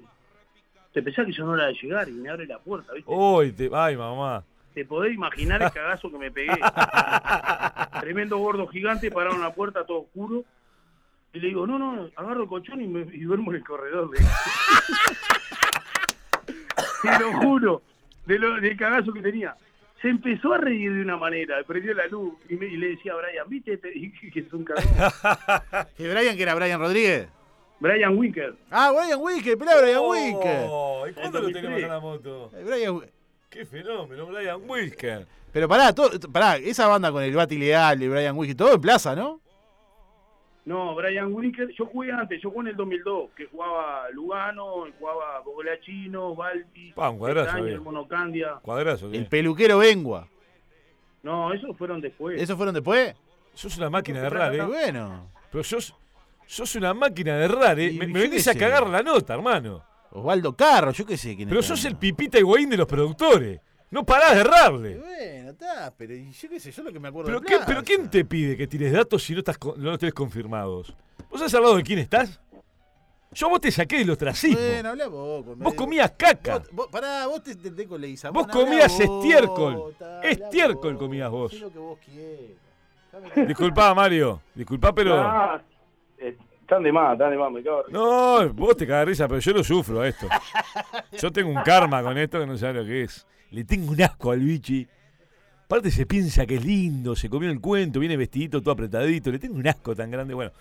C: te pensás que son horas de llegar y me abre la puerta, ¿viste?
A: Uy, te- ay, mamá.
C: Te podés imaginar el cagazo que me pegué. Tremendo gordo gigante, pararon la puerta todo oscuro. Y le digo, no, no, agarro el colchón y, me, y duermo en el corredor. le digo. Te lo juro, de lo- del cagazo que tenía. Se empezó a reír de una manera, prendió la luz y, me- y le decía a Brian, viste, te dije que es un cagón.
B: ¿Que Brian, que era Brian Rodríguez?
C: Brian Winker,
B: Ah, Brian Wicker, pelá Brian Wicker.
A: Oh, ¿Y cuándo lo tenemos acá en la moto?
B: Eh, Brian Wi-
A: Qué fenómeno, Brian Wilker.
B: Pero pará, todo- pará, esa banda con el Bati Leal y Brian Wicker, todo en plaza, ¿no?
C: No, Brian Winker, yo jugué antes, yo jugué en el 2002, que jugaba Lugano, jugaba Bogolachino, Balbi,
A: Pa, un cuadrazo,
C: Pestaña,
A: bien.
C: el Monocandia.
A: Cuadrazo, ¿eh? ¿sí?
B: El peluquero Bengua.
C: No, esos fueron después.
B: ¿Esos fueron después?
A: Sos una máquina de errar,
B: Y
A: ¿eh?
B: bueno.
A: Pero sos, sos una máquina de errar, ¿eh?
B: Y
A: Me, me
B: yo
A: venís
B: qué
A: a
B: sé.
A: cagar la nota, hermano.
B: Osvaldo Carro, yo qué sé quién este
A: Pero
B: era.
A: sos el pipita Higuaín de los productores. No parás de errarle.
B: Bueno, está, pero y yo qué sé, yo lo que me acuerdo
A: ¿Pero,
B: de
A: qué-
B: plaza.
A: pero quién te pide que tires datos si no, estás, con- no los tenés confirmados? ¿Vos has hablado de quién estás? Yo a vos te saqué del ostracismo.
B: Bueno, hablá vos. con-
A: vos comías caca.
B: Vos, vos- pará, vos te entendés con Leguizamón.
A: Vos
B: habla
A: comías
B: vos,
A: estiércol.
B: está, habla
A: Estiércol comías vos.
B: Hacé lo que vos quieras. Dame-
A: Disculpá, Mario. Disculpá, pero.
C: Ah, eh, están de más, están de más, me cago. en-
A: No, vos te cagás de risa, pero yo lo sufro a esto. Yo tengo un karma con esto que no sabes lo que es. Le tengo un asco al bichi. Aparte se piensa que es lindo, se comió el cuento, viene vestidito, todo apretadito. Le tengo un asco tan grande. Bueno,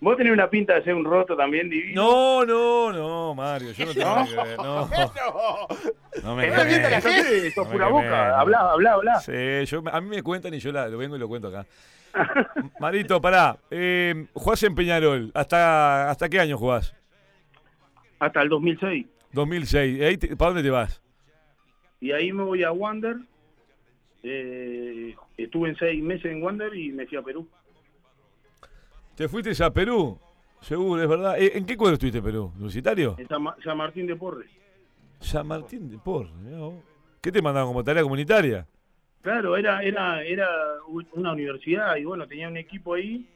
C: Vos tenés una pinta de ser un roto también Eh, divino.
A: no, no, no, Mario. Yo no tengo nada que ver. No, no me
C: Tenés una pinta de
A: quemés.
C: que haces, sos
A: No me
C: pura
A: quemés.
C: boca. Hablá, hablá, hablá.
A: Sí, yo, a mí me cuentan y yo la- lo vengo y lo cuento acá. Marito, pará. Eh, jugás en Peñarol. ¿Hasta, ¿Hasta qué año jugás?
C: Hasta el 2006.
A: 2006. Ahí te- ¿Para dónde te vas?
C: Y ahí me voy a Wander. Eh, estuve en seis meses en Wander y me fui a Perú.
A: Te fuiste a Perú. Seguro, es verdad. Eh, ¿En qué cuadro estuviste en Perú? ¿Universitario?
C: En San, Ma- San Martín de Porres.
A: San Martín de Porres. mirá vos. ¿Qué te mandaban como tarea comunitaria?
C: Claro, era, era, era u- una universidad y bueno, tenía un equipo ahí.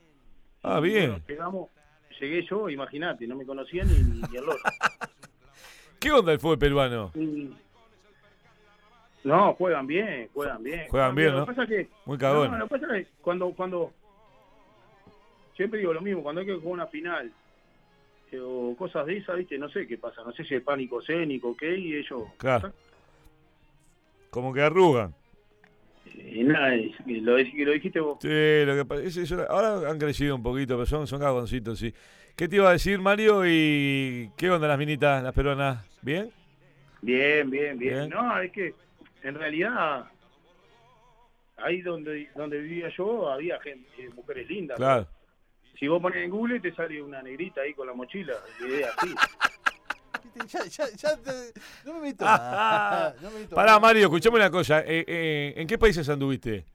A: Ah, bien.
C: Llegamos, llegué yo, imagínate, no me conocían ni, ni el otro.
A: ¿Qué onda el fútbol peruano?
C: Y- No, juegan bien, juegan bien.
A: Juegan bien,
C: Lo
A: ¿no?
C: que pasa es que
A: Muy cagón.
C: No, lo que pasa es que cuando, cuando. Siempre digo lo mismo, cuando hay que jugar una final eh, o cosas de esas, ¿viste? No sé qué pasa, no sé si el pánico escénico, qué, y ellos.
A: Claro. Como que arrugan.
C: Y eh, nada, y- y lo, dij- y lo dijiste vos.
A: Sí, lo que pasa es eso- ahora han crecido un poquito, pero son, son cagoncitos, sí. ¿Qué te iba a decir, Mario? ¿Y qué onda las minitas, las peruanas? ¿Bien?
C: Bien, bien, bien.
A: Bien.
C: No, es que en realidad. Ahí donde, donde vivía yo había gente, eh, mujeres lindas.
A: Claro.
C: Si vos pones en Google te sale una negrita ahí con la mochila. y es así.
B: Ya, ya, ya, te- no me meto más. No me meto
A: Ah, Pará,
B: más.
A: Mario, escuchame una cosa. Eh, eh, ¿En qué países anduviste?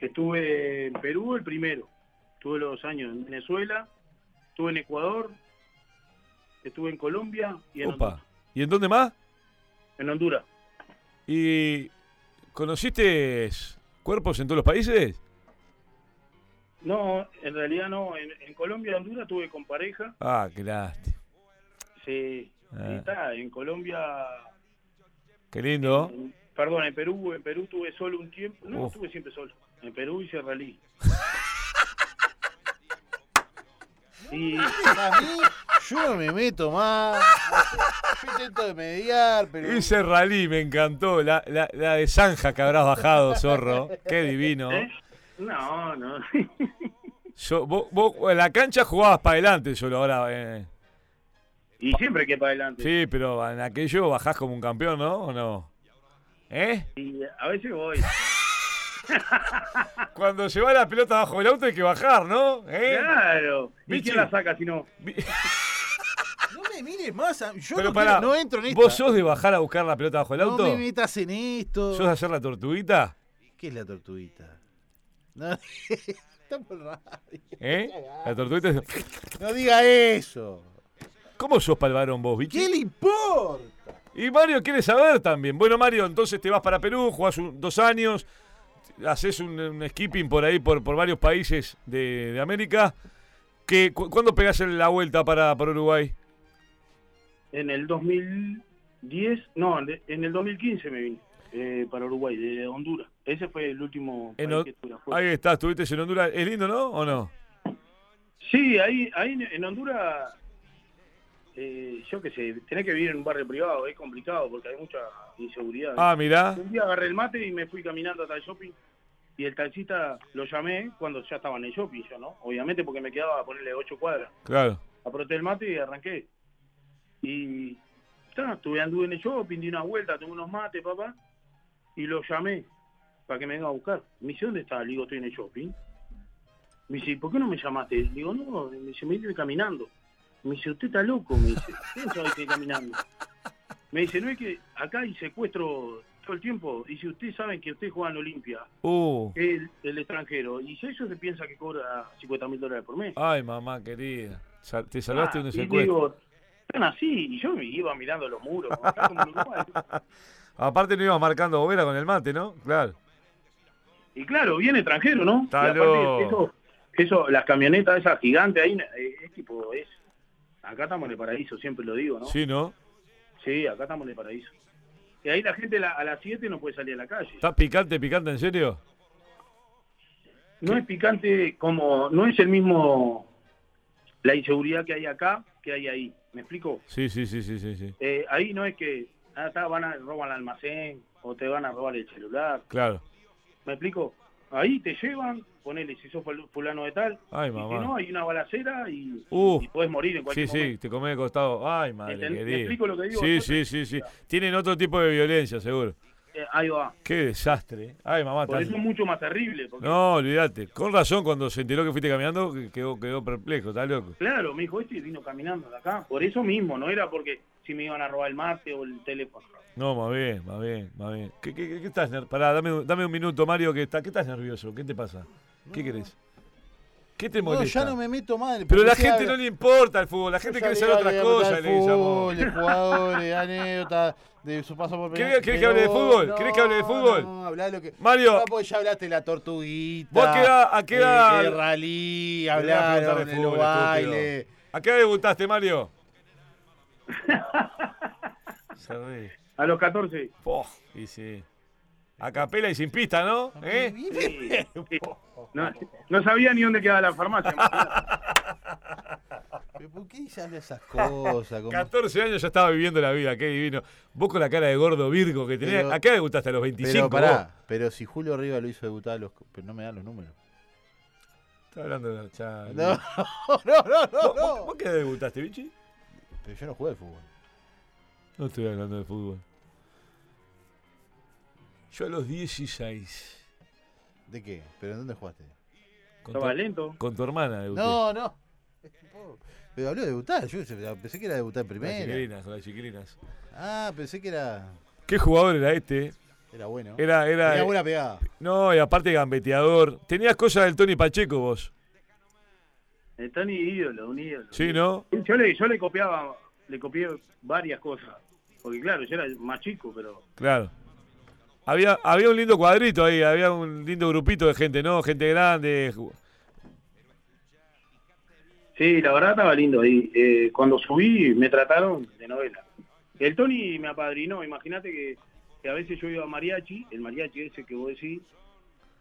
C: Estuve en Perú el primero. Estuve los dos años en Venezuela. Estuve en Ecuador. Estuve en Colombia y en, Honduras,
A: Opa. ¿Y en dónde más?
C: en Honduras.
A: ¿Y conociste cuerpos en todos los países?
C: No, en realidad no. En, en Colombia y Honduras estuve con pareja.
A: Ah, qué lástima.
C: Sí.
A: Ah.
C: Y está, en Colombia...
A: Qué lindo.
C: en- perdón, en Perú. En Perú tuve solo un tiempo. No,
A: Uf.
C: estuve siempre solo. En Perú hice rally. y
B: A mí, yo no me meto más. Yo intento de mediar, pero.
A: Ese rally me encantó. La, la- la de zanja que habrás bajado, zorro. Qué divino.
C: ¿eh? No, no.
A: So- vos, vos en la cancha jugabas para adelante solo ahora. eh.
C: Y siempre hay que ir para adelante.
A: Sí, pero en aquello bajás como un campeón, ¿no? ¿O no? ¿Eh?
C: Y a veces voy.
A: Cuando lleva la pelota bajo el auto hay que bajar, ¿no? ¿Eh?
C: Claro. ¿Y
A: Michi.
C: quién la saca si no?
B: No me mires más. a- Yo
A: Pero
B: no,
A: pará,
B: quiero- no entro en esto.
A: ¿Vos sos de bajar a buscar la pelota bajo el auto?
B: No me metas en esto.
A: ¿Sos de hacer la tortuguita?
B: ¿Qué es la tortuguita? No, está por radio.
A: ¿Eh? La tortuguita es...
B: No diga eso.
A: ¿Cómo sos para el varón vos, Vichy?
B: ¿Qué le importa?
A: Y Mario quiere saber también. Bueno, Mario, entonces te vas para Perú, jugás un- dos años, haces un, un skipping por ahí, por, por varios países de, de América. ¿Qué, cu- ¿Cuándo pegás el- la vuelta para, para Uruguay?
C: En el 2010, no, en en el 2015 me vine eh, para Uruguay, de Honduras. Ese fue el último
A: En
C: país
A: Hon-
C: que estuve afuera.
A: Ahí estás, estuviste en Honduras. ¿Es lindo, no? ¿O no?
C: Sí, ahí, ahí en- en Honduras, eh, yo qué sé, tenés que vivir en un barrio privado, es complicado porque hay mucha inseguridad.
A: Ah, mirá.
C: Un día agarré el mate y me fui caminando hasta el shopping y el taxista lo llamé cuando ya estaba en el shopping, yo no, obviamente porque me quedaba a ponerle ocho cuadras.
A: Claro.
C: apreté el mate y arranqué. Y ta, estuve anduve en el shopping, di una vuelta, tomé unos mates, papá, y lo llamé para que me venga a buscar. Me dice, ¿dónde está? Le digo, estoy en el shopping. Me dice, ¿por qué no me llamaste? Le digo, no, me dice, me vine caminando. Me dice, usted está loco, me dice, ¿quién sabe que caminando? Me dice, no es que acá hay secuestro todo el tiempo. Y si ustedes saben que usted juega en Olimpia,
A: Uh.
C: el, el extranjero, y si ellos se piensa que cobra 50 mil dólares por mes.
A: Ay, mamá querida. Sal- Te salvaste
C: Ah,
A: de un
C: y
A: secuestro.
C: digo, están así, y yo me iba mirando los muros, acá como en Uruguay.
A: Aparte no ibas marcando bobera con el mate, ¿no? Claro.
C: Y claro, bien extranjero, ¿no?
A: Está
C: Y aparte,
A: loco.
C: eso, eso, las camionetas esas gigantes ahí, eh, es tipo, es... Acá estamos en el paraíso, siempre lo digo, ¿no? Sí,
A: Sí, ¿no?
C: acá estamos en el paraíso. Y ahí la gente la- a las 7 no puede salir a la calle.
A: ¿Estás picante, picante, en serio?
C: No es picante como... No es el mismo... La inseguridad que hay acá, que hay ahí. ¿Me explico?
A: Sí, sí, sí, sí, sí. sí.
C: Eh, ahí no es que... Ah, está, van a robar el almacén, o te van a robar el celular.
A: Claro.
C: ¿Me explico? Ahí te llevan, ponele si sos ful- fulano de tal,
A: Ay,
C: y si
A: mamá.
C: no, hay una balacera y,
A: Uh.
C: y podés morir en
A: Sí,
C: cualquier
A: sí,
C: momento.
A: te comés de costado. Ay, madre
C: ¿Entend- me
A: querida.
C: explico lo que digo?
A: Sí,
C: Yo
A: sí, sí, sí. Tienen otro tipo de violencia, seguro.
C: Eh, ahí va.
A: Qué desastre. ¿eh? Ay, mamá,
C: Por
A: estás-
C: eso es mucho más terrible. Porque,
A: Ah, No, olvídate. Con razón, cuando se enteró que fuiste caminando, que- quedó, quedó perplejo, está loco.
C: Claro, me dijo este vino caminando de acá. Por eso mismo, no era porque si me iban a robar el mate o el teléfono.
A: No, más bien, más bien, más bien. ¿Qué, qué- qué- qué estás nervioso? Pará, dame, un- dame un minuto, Mario, que está, ¿qué estás nervioso? ¿Qué te pasa? ¿Qué querés? ¿Qué te
B: No,
A: molesta?
B: ya no me meto más.
A: Pero a la gente no le importa el fútbol, la gente quiere saber otras cosas, le llamó.
B: De jugadores, anécdotas, de su paso por
A: ¿Querés- querés que hable de
B: Pero
A: fútbol?
B: no,
A: ¿Querés que hable de fútbol?
B: No, hablá lo que.
A: Mario.
B: No, porque ya hablaste de la tortuguita.
A: ¿Vos a qué edad- a qué
B: de-
A: edad-
B: de
A: Le
B: rally,
A: voy a preguntar de
B: hablaron de
A: fútbol,
B: los bailes.
A: estúpido. ¿A qué edad debutaste, Mario? Se ríe.
C: A los 14.
A: Po, y sí. A capela y sin pista, ¿no? ¿Eh?
C: sí, sí. No, no sabía ni dónde quedaba la farmacia. imaginate.
B: ¿Pero ¿Por qué se habla esas cosas? Como-
A: 14 años ya estaba viviendo la vida, qué divino. Vos con la cara de gordo virgo que tenés.
B: Pero-
A: ¿A qué edad debutaste? A los 25.
B: Pero
A: vos?
B: pará, pero si Julio Riva lo hizo debutar, a los... pero no me dan los números.
A: Está hablando de Archal.
B: No, no, no, no.
A: ¿Vos,
B: no.
A: vos- vos qué edad debutaste, bichi?
B: Pero yo no jugué al fútbol.
A: No estoy hablando de fútbol. Yo a los 16.
B: ¿De qué? ¿Pero en dónde jugaste?
A: Con, tu,
C: Estaba lento.
A: con tu hermana debuté.
B: No, no. Pero habló de debutar, yo se- pensé que era debutar
A: Con las
B: primero.
A: chiquilinas, con las chiquilinas.
B: Ah, pensé que era
A: ¿Qué jugador era este?
B: era bueno.
A: Era, era.
B: Tenía buena pegada.
A: No, y aparte gambeteador. Tenías cosas del Tony Pacheco vos.
C: Están ídolos, un ídolo.
A: Sí, ¿no?
C: Yo le, yo le copiaba, le copié varias cosas. Porque claro, yo era más chico, pero
A: Claro. Había, había un lindo cuadrito ahí, había un lindo grupito de gente, ¿no? Gente grande. ju-
C: Sí, la verdad estaba lindo ahí. Eh, cuando subí me trataron de novela. El Tony me apadrinó, imagínate que, que a veces yo iba a mariachi, el mariachi ese que vos decís,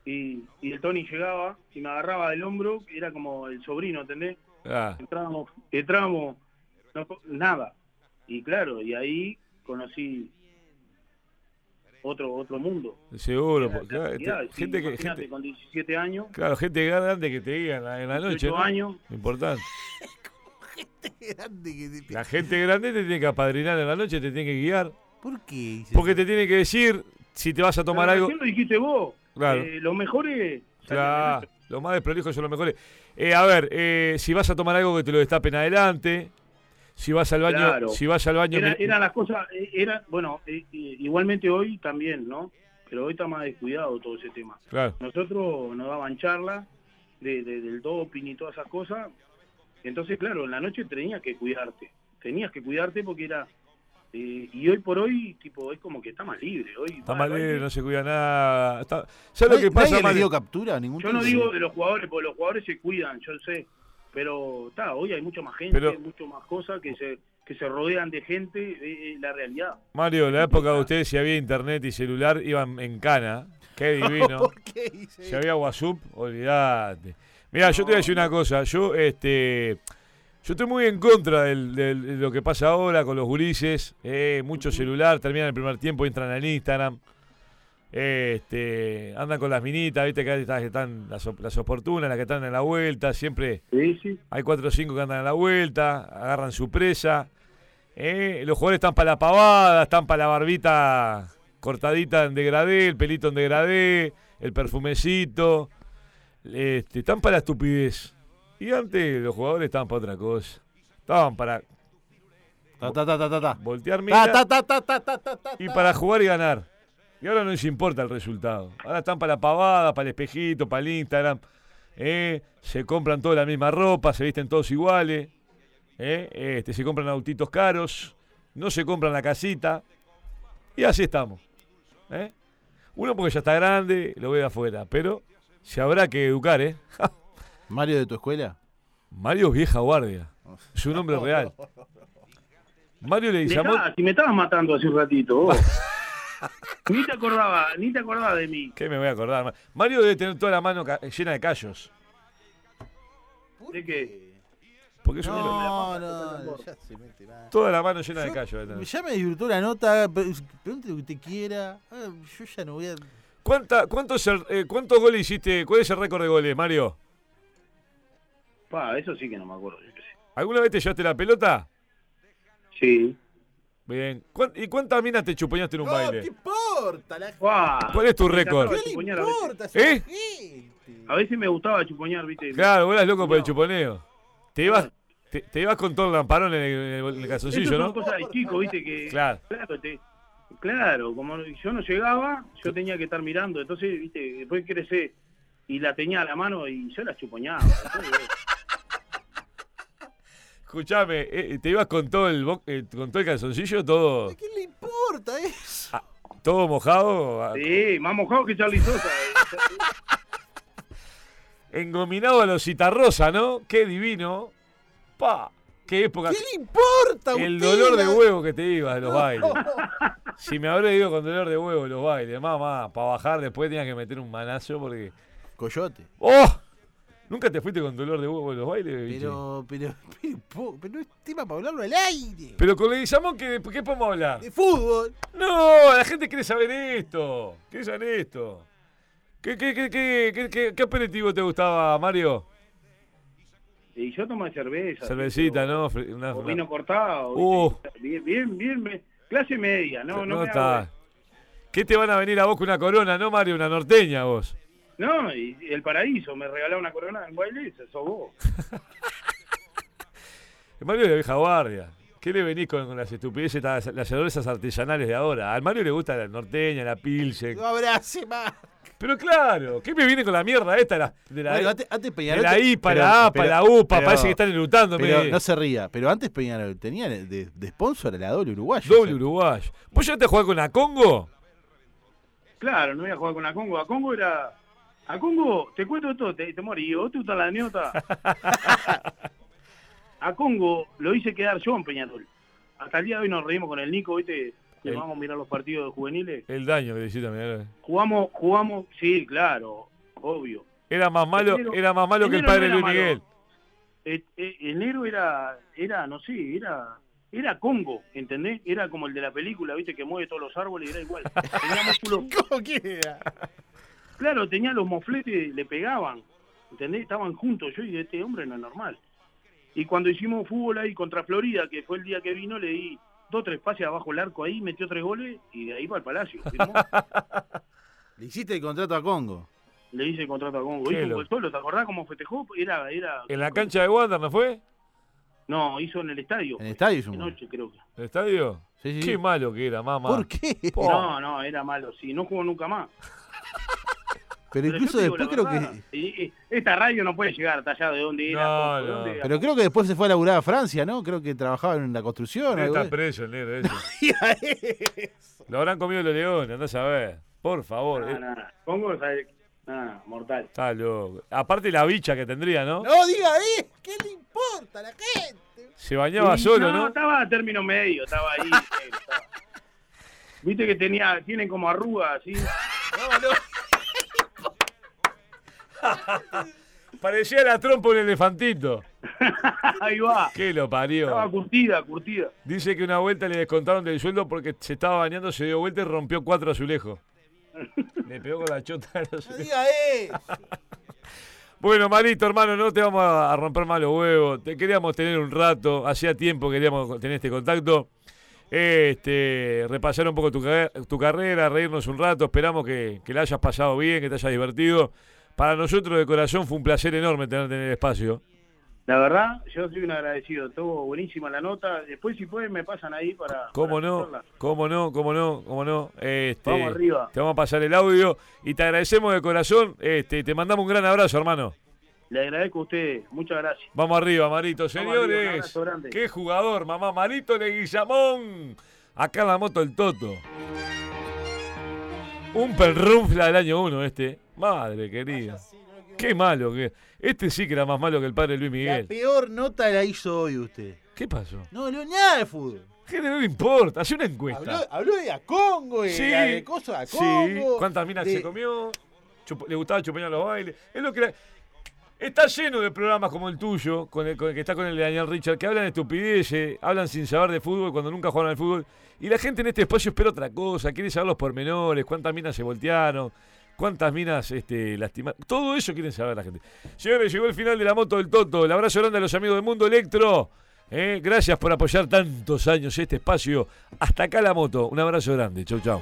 C: y, y el Tony llegaba y me agarraba del hombro, era como el sobrino, ¿entendés?
A: Ah,
C: Entrábamos, entrábamos, no co- nada. Y claro, y ahí conocí otro otro mundo.
A: seguro. po-
C: La
A: pues, claro,
C: cantidad,
A: te-
C: sí,
A: gente, que,
C: imagínate,
A: gente,
C: con 17 años,
A: claro, gente grande que te diga en la, en la noche.
C: 18
A: ¿no?
C: años,
A: Importante.
D: grande que te-
A: La gente grande te tiene que apadrinar en la noche, te tiene que guiar.
D: ¿Por qué? dice?
A: Porque te tiene que decir si te vas a tomar
C: Pero
A: algo.
C: recién lo dijiste vos.
A: Claro.
C: Eh, los mejores.
A: Claro, los más desprolijos son los mejores. Eh, a ver, eh, si vas a tomar algo que te lo destapen adelante. Si vas al baño,
C: Claro.
A: si vas al baño,
C: Era-
A: mi-
C: eran las cosas, eh, era, bueno, eh, eh, igualmente hoy también, ¿no? Pero hoy está más descuidado todo ese tema.
A: claro,
C: Nosotros nos daban charlas de, de- del doping y todas esas cosas. Entonces, claro, en la noche tenías que cuidarte. Tenías que cuidarte porque era... eh, y hoy por hoy, tipo, es como que está más libre. Hoy
A: está
C: va,
A: mal
C: va,
A: libre, no se cuida nada. Está... ¿Sabes lo
D: Nadie-
A: que pasa,
D: ¿Nadie le
A: Mario?
D: dio captura a ningún
C: Yo no
D: tipo?
C: digo de los jugadores, porque los jugadores se cuidan, yo sé. Pero está, hoy hay mucha más gente,
A: Pero-
C: mucho más cosas que se, que se rodean de gente, eh, eh, la realidad.
A: Mario, en la época de ustedes, si había internet y celular, iban en cana. Qué divino.
D: ¿Por qué? dice?
A: Si había WhatsApp, olvidate. Mira, yo te voy a decir una cosa. Yo, este, yo estoy muy en contra del- del- de lo que pasa ahora con los gurises. eh, mucho celular, terminan el primer tiempo, entran al Instagram. Este, andan con las minitas, viste que ahí están- están las, op- las oportunas, las que están en la vuelta, siempre
C: Sí, sí.
A: hay cuatro o cinco que andan a la vuelta, agarran su presa. Eh, Los jugadores están para la pavada, están para la barbita cortadita en degradé, el pelito en degradé, el perfumecito. Este, están para la estupidez. Y antes los jugadores estaban para otra cosa. Estaban para
D: Ta, ta, ta, ta, ta, ta.
A: voltear
D: Ta,
A: mira
D: ta, ta, ta, ta, ta, ta, ta.
A: y para jugar y ganar. Y ahora no les importa el resultado. Ahora están para la pavada, para el espejito, para el Instagram. Eh, se compran toda la misma ropa, se visten todos iguales. eh, este, se compran autitos caros. No se compran la casita. Y así estamos. eh. Uno porque ya está grande, lo ve de afuera. Pero se habrá que educar, ¿eh? Ja,
D: ¿Mario de tu escuela?
A: Mario es vieja guardia. Es un hombre real. Mario le dice a Mon-
C: Dejá, si me estabas matando hace un ratito, vos. ni te acordaba, ni te acordaba de mí.
A: ¿Qué me voy a acordar? Ma- Mario debe tener toda la mano ca- llena de callos.
C: ¿De qué?
A: Porque es un hombre-
D: No, no, ya se mete más.
A: Toda la mano llena de
D: Yo-
A: callos. debe tener.
D: Ya me disfrutó la nota, pre- pregunte lo que usted quiera. Ah, Yo ya no voy a.
A: ¿Cuánta- cuántos, er- eh, ¿Cuántos goles hiciste? ¿Cuál es el récord de goles, Mario?
C: Pa, eso sí que no me acuerdo. yo qué sé.
A: ¿Alguna vez te llevaste la pelota?
C: Sí.
A: Bien. ¿Cuán- ¿Y cuántas minas te chupoñaste en un
D: No, ¿qué
A: baile?
D: importa? La...
C: Pa,
A: ¿Cuál es tu
C: me encantaba
A: récord?
D: ¿Qué le
C: chuponear a veces.
D: importa?
A: ¿Eh?
D: ¿Eh? Gente.
C: A veces me gustaba chupoñar, viste.
A: Claro, vos eras loco por el chuponeo. Te ibas, te, te ibas con todo el lamparón en el, en el- en el
C: Eso
A: calzoncillo,
C: son
A: ¿no?
C: cosas de chico, viste, que...
A: Claro.
C: Claro, te- claro, como yo no llegaba, yo tenía que estar mirando, entonces, viste, después crecé y la tenía a la mano y yo la chupoñaba. entonces, bueno,
A: Escuchame, eh, te ibas con todo el bo- eh, con todo el calzoncillo, todo,
D: ¿A quién le importa ¿Eh? eso?
A: todo mojado, a-
C: sí, más mojado que Charlie Sosa. eh.
A: engominado a los citarrosa, ¿no? Qué divino. Pa, qué época.
D: ¿Qué le importa a
A: El
D: usted?
A: dolor de
D: La-
A: huevo que te ibas de los bailes. Si me habré ido con dolor de huevo los bailes, mamá, para bajar después tenías que meter un manazo porque.
D: Coyote.
A: ¡Oh! ¿Nunca te fuiste con dolor de huevo de los bailes? Vichy?
D: Pero, pero, pero, po- pero no es tema para hablarlo al aire.
A: Pero con Leguizamón, ¿qué, ¿qué podemos hablar?
D: De fútbol.
A: ¡No! La gente quiere saber esto. Quiere saber esto. ¿Qué, qué, qué, qué, qué, qué- qué aperitivo te gustaba, Mario?
C: Y yo tomaba cerveza.
A: Cervecita,
C: ¿no?
A: ¿no? Fre- una-
C: O
A: una-
C: vino cortado.
A: Uh.
C: ¿viste? Bien, bien, bien, me- clase media, no, no,
A: no
C: me
A: está.
C: hago- eh.
A: ¿Qué te van a venir a vos con una corona, no, Mario? Una norteña vos.
C: No, y y el paraíso, me regalaba una corona en baile, eso sos vos.
A: El Mario es de la vieja guardia. ¿Qué le venís con, con las estupideces, estas- las cervezas artesanales de ahora? Al Mario le gusta la norteña, la pilsen.
D: No abrace más.
A: Pero claro, ¿qué me viene con la mierda esta de la, de la,
D: Bueno, antes, antes
A: de
D: Peñarol.
A: la
D: te-
A: IPA,
D: pero-
A: la APA,
D: pero-
A: la UPA?
D: pero-
A: parece que están erutándome.
D: Pero no se ría. Pero antes Peñarol tenía de, de sponsor a la doble uruguayo.
A: Doble
D: O sea,
A: uruguayo. ¿Vos ya te jugás con la Congo?
C: Claro, no voy a jugar con la Congo. A Congo era. A Congo, te cuento esto, te, te morí. ¿Vos te gusta la anécdota? a Congo lo hice quedar yo en Peñarol. Hasta el día de hoy nos reímos con el Nico, ¿viste? Que
A: El-
C: vamos a mirar los partidos de juveniles.
A: El daño que le hiciste a Peñarol.
C: Jugamos, jugamos, sí, claro, obvio.
A: Era más malo,
C: Enero-
A: era más malo que el
C: enero no
A: padre
C: era
A: Luis
C: malo.
A: Miguel.
C: Eh, eh, enero era, era, no sé, era. Era Congo, ¿entendés? Era como el de la película, ¿viste? Que mueve todos los árboles, era igual. Tenía músculo,
D: ¿Cómo queda?
C: Claro, tenía los mofletes, le pegaban. ¿Entendés? Estaban juntos yo y este hombre no es normal. Y cuando hicimos fútbol ahí contra Florida, que fue el día que vino, le di dos tres pases abajo el arco ahí, metió tres goles y de ahí para el Palacio. firmó.
D: Le hiciste el contrato a Congo.
C: le hice el contrato a Congo.
A: Qué
C: Hizo un
A: loco.
C: gol solo, ¿te acordás cómo festejó? Era, era...
A: ¿En la cancha de Wander no fue?
C: No, hizo en el estadio.
D: En el estadio hizo
C: De
D: un gol.
C: noche creo que.
A: ¿En el estadio?
D: Sí, sí.
A: Qué malo que era, mamá.
D: ¿Por qué?
A: Po.
C: No, no, era malo, sí, no jugó nunca más. Pero
D: Pero
C: yo
D: incluso
C: te digo
D: después
C: la
D: creo
C: verdad,
D: que.
C: y- y Esta radio no puede llegar tallado de dónde era.
A: No,
C: Congo, de
A: no.
C: dónde era.
D: Pero creo que después se fue a laburar a Francia, ¿no? Creo que trabajaba en la construcción.
A: No
D: algo
A: está
D: de-
A: preso el negro ese. Lo habrán comido los leones, andás a ver. Por favor. eh.
C: No, no, no. Congo, sabe- no, no, mortal.
A: Está loco. Aparte la bicha que tendría, ¿no?
D: No, diga, eh, ¿qué le importa a la gente?
A: Se bañaba
C: Y
A: solo, ¿no?
C: estaba a término medio, estaba ahí. eh, estaba. Viste que tenía, tienen como arrugas así.
A: Parecía la trompa de un elefantito.
C: ahí va.
A: ¿Qué lo
C: Estaba
A: parió?
C: curtida, curtida.
A: Dice que una vuelta le descontaron del sueldo porque se estaba bañando, se dio vuelta y rompió cuatro azulejos. Le pegó con la chota de los azulejos.
D: Diga, eh.
A: Bueno, Marito, hermano, no te vamos a romper malos huevos. Te queríamos tener un rato. Hacía tiempo que queríamos tener este contacto. Este, repasar un poco tu, ca- tu carrera, reírnos un rato. Esperamos que, que la hayas pasado bien, que te hayas divertido. Para nosotros, de corazón, fue un placer enorme tenerte en el espacio.
C: La verdad, yo soy un agradecido. Estuvo buenísima la nota. Después, si pueden, me pasan ahí para.
A: ¿Cómo
C: para
A: no?
C: escucharla.
A: ¿Cómo no? ¿Cómo no? ¿Cómo no? Este,
C: Vamos arriba.
A: Te vamos a pasar el audio y te agradecemos de corazón. Este, te mandamos un gran abrazo, hermano.
C: Le agradezco a ustedes. Muchas gracias.
A: Vamos arriba, Marito.
C: Vamos arriba, un
A: Señores,
C: abrazo grande.
A: qué jugador, mamá. Marito Leguizamón. Acá en la moto el Toto. Un perrunfla del año uno este. Madre querida. Qué malo que. Este sí que era más malo que el padre Luis
D: La
A: Miguel.
D: peor nota la hizo hoy usted.
A: ¿Qué pasó?
D: No habló nada de fútbol.
A: ¿Qué no le importa? Hace una
D: Habló,
A: encuesta.
D: habló de a Congo, de,
A: Sí.
D: la de cosas a
A: Sí.
D: Congo.
A: ¿Cuántas minas
D: de-
A: se comió? Chupo- le gustaba chupeñar los bailes. Es lo que era- Está lleno de programas como el tuyo, con el, con el que está con el de Daniel Richard, que hablan de estupideces, hablan sin saber de fútbol cuando nunca jugaron al fútbol. Y la gente en este espacio espera otra cosa, quiere saber los pormenores, cuántas minas se voltearon, cuántas minas este, lastimaron. Todo eso quieren saber la gente. Señores, llegó el final de la moto del Toto. El abrazo grande a los amigos del Mundo Electro. Eh, gracias por apoyar tantos años este espacio. Hasta acá la moto. Un abrazo grande. Chau, chau.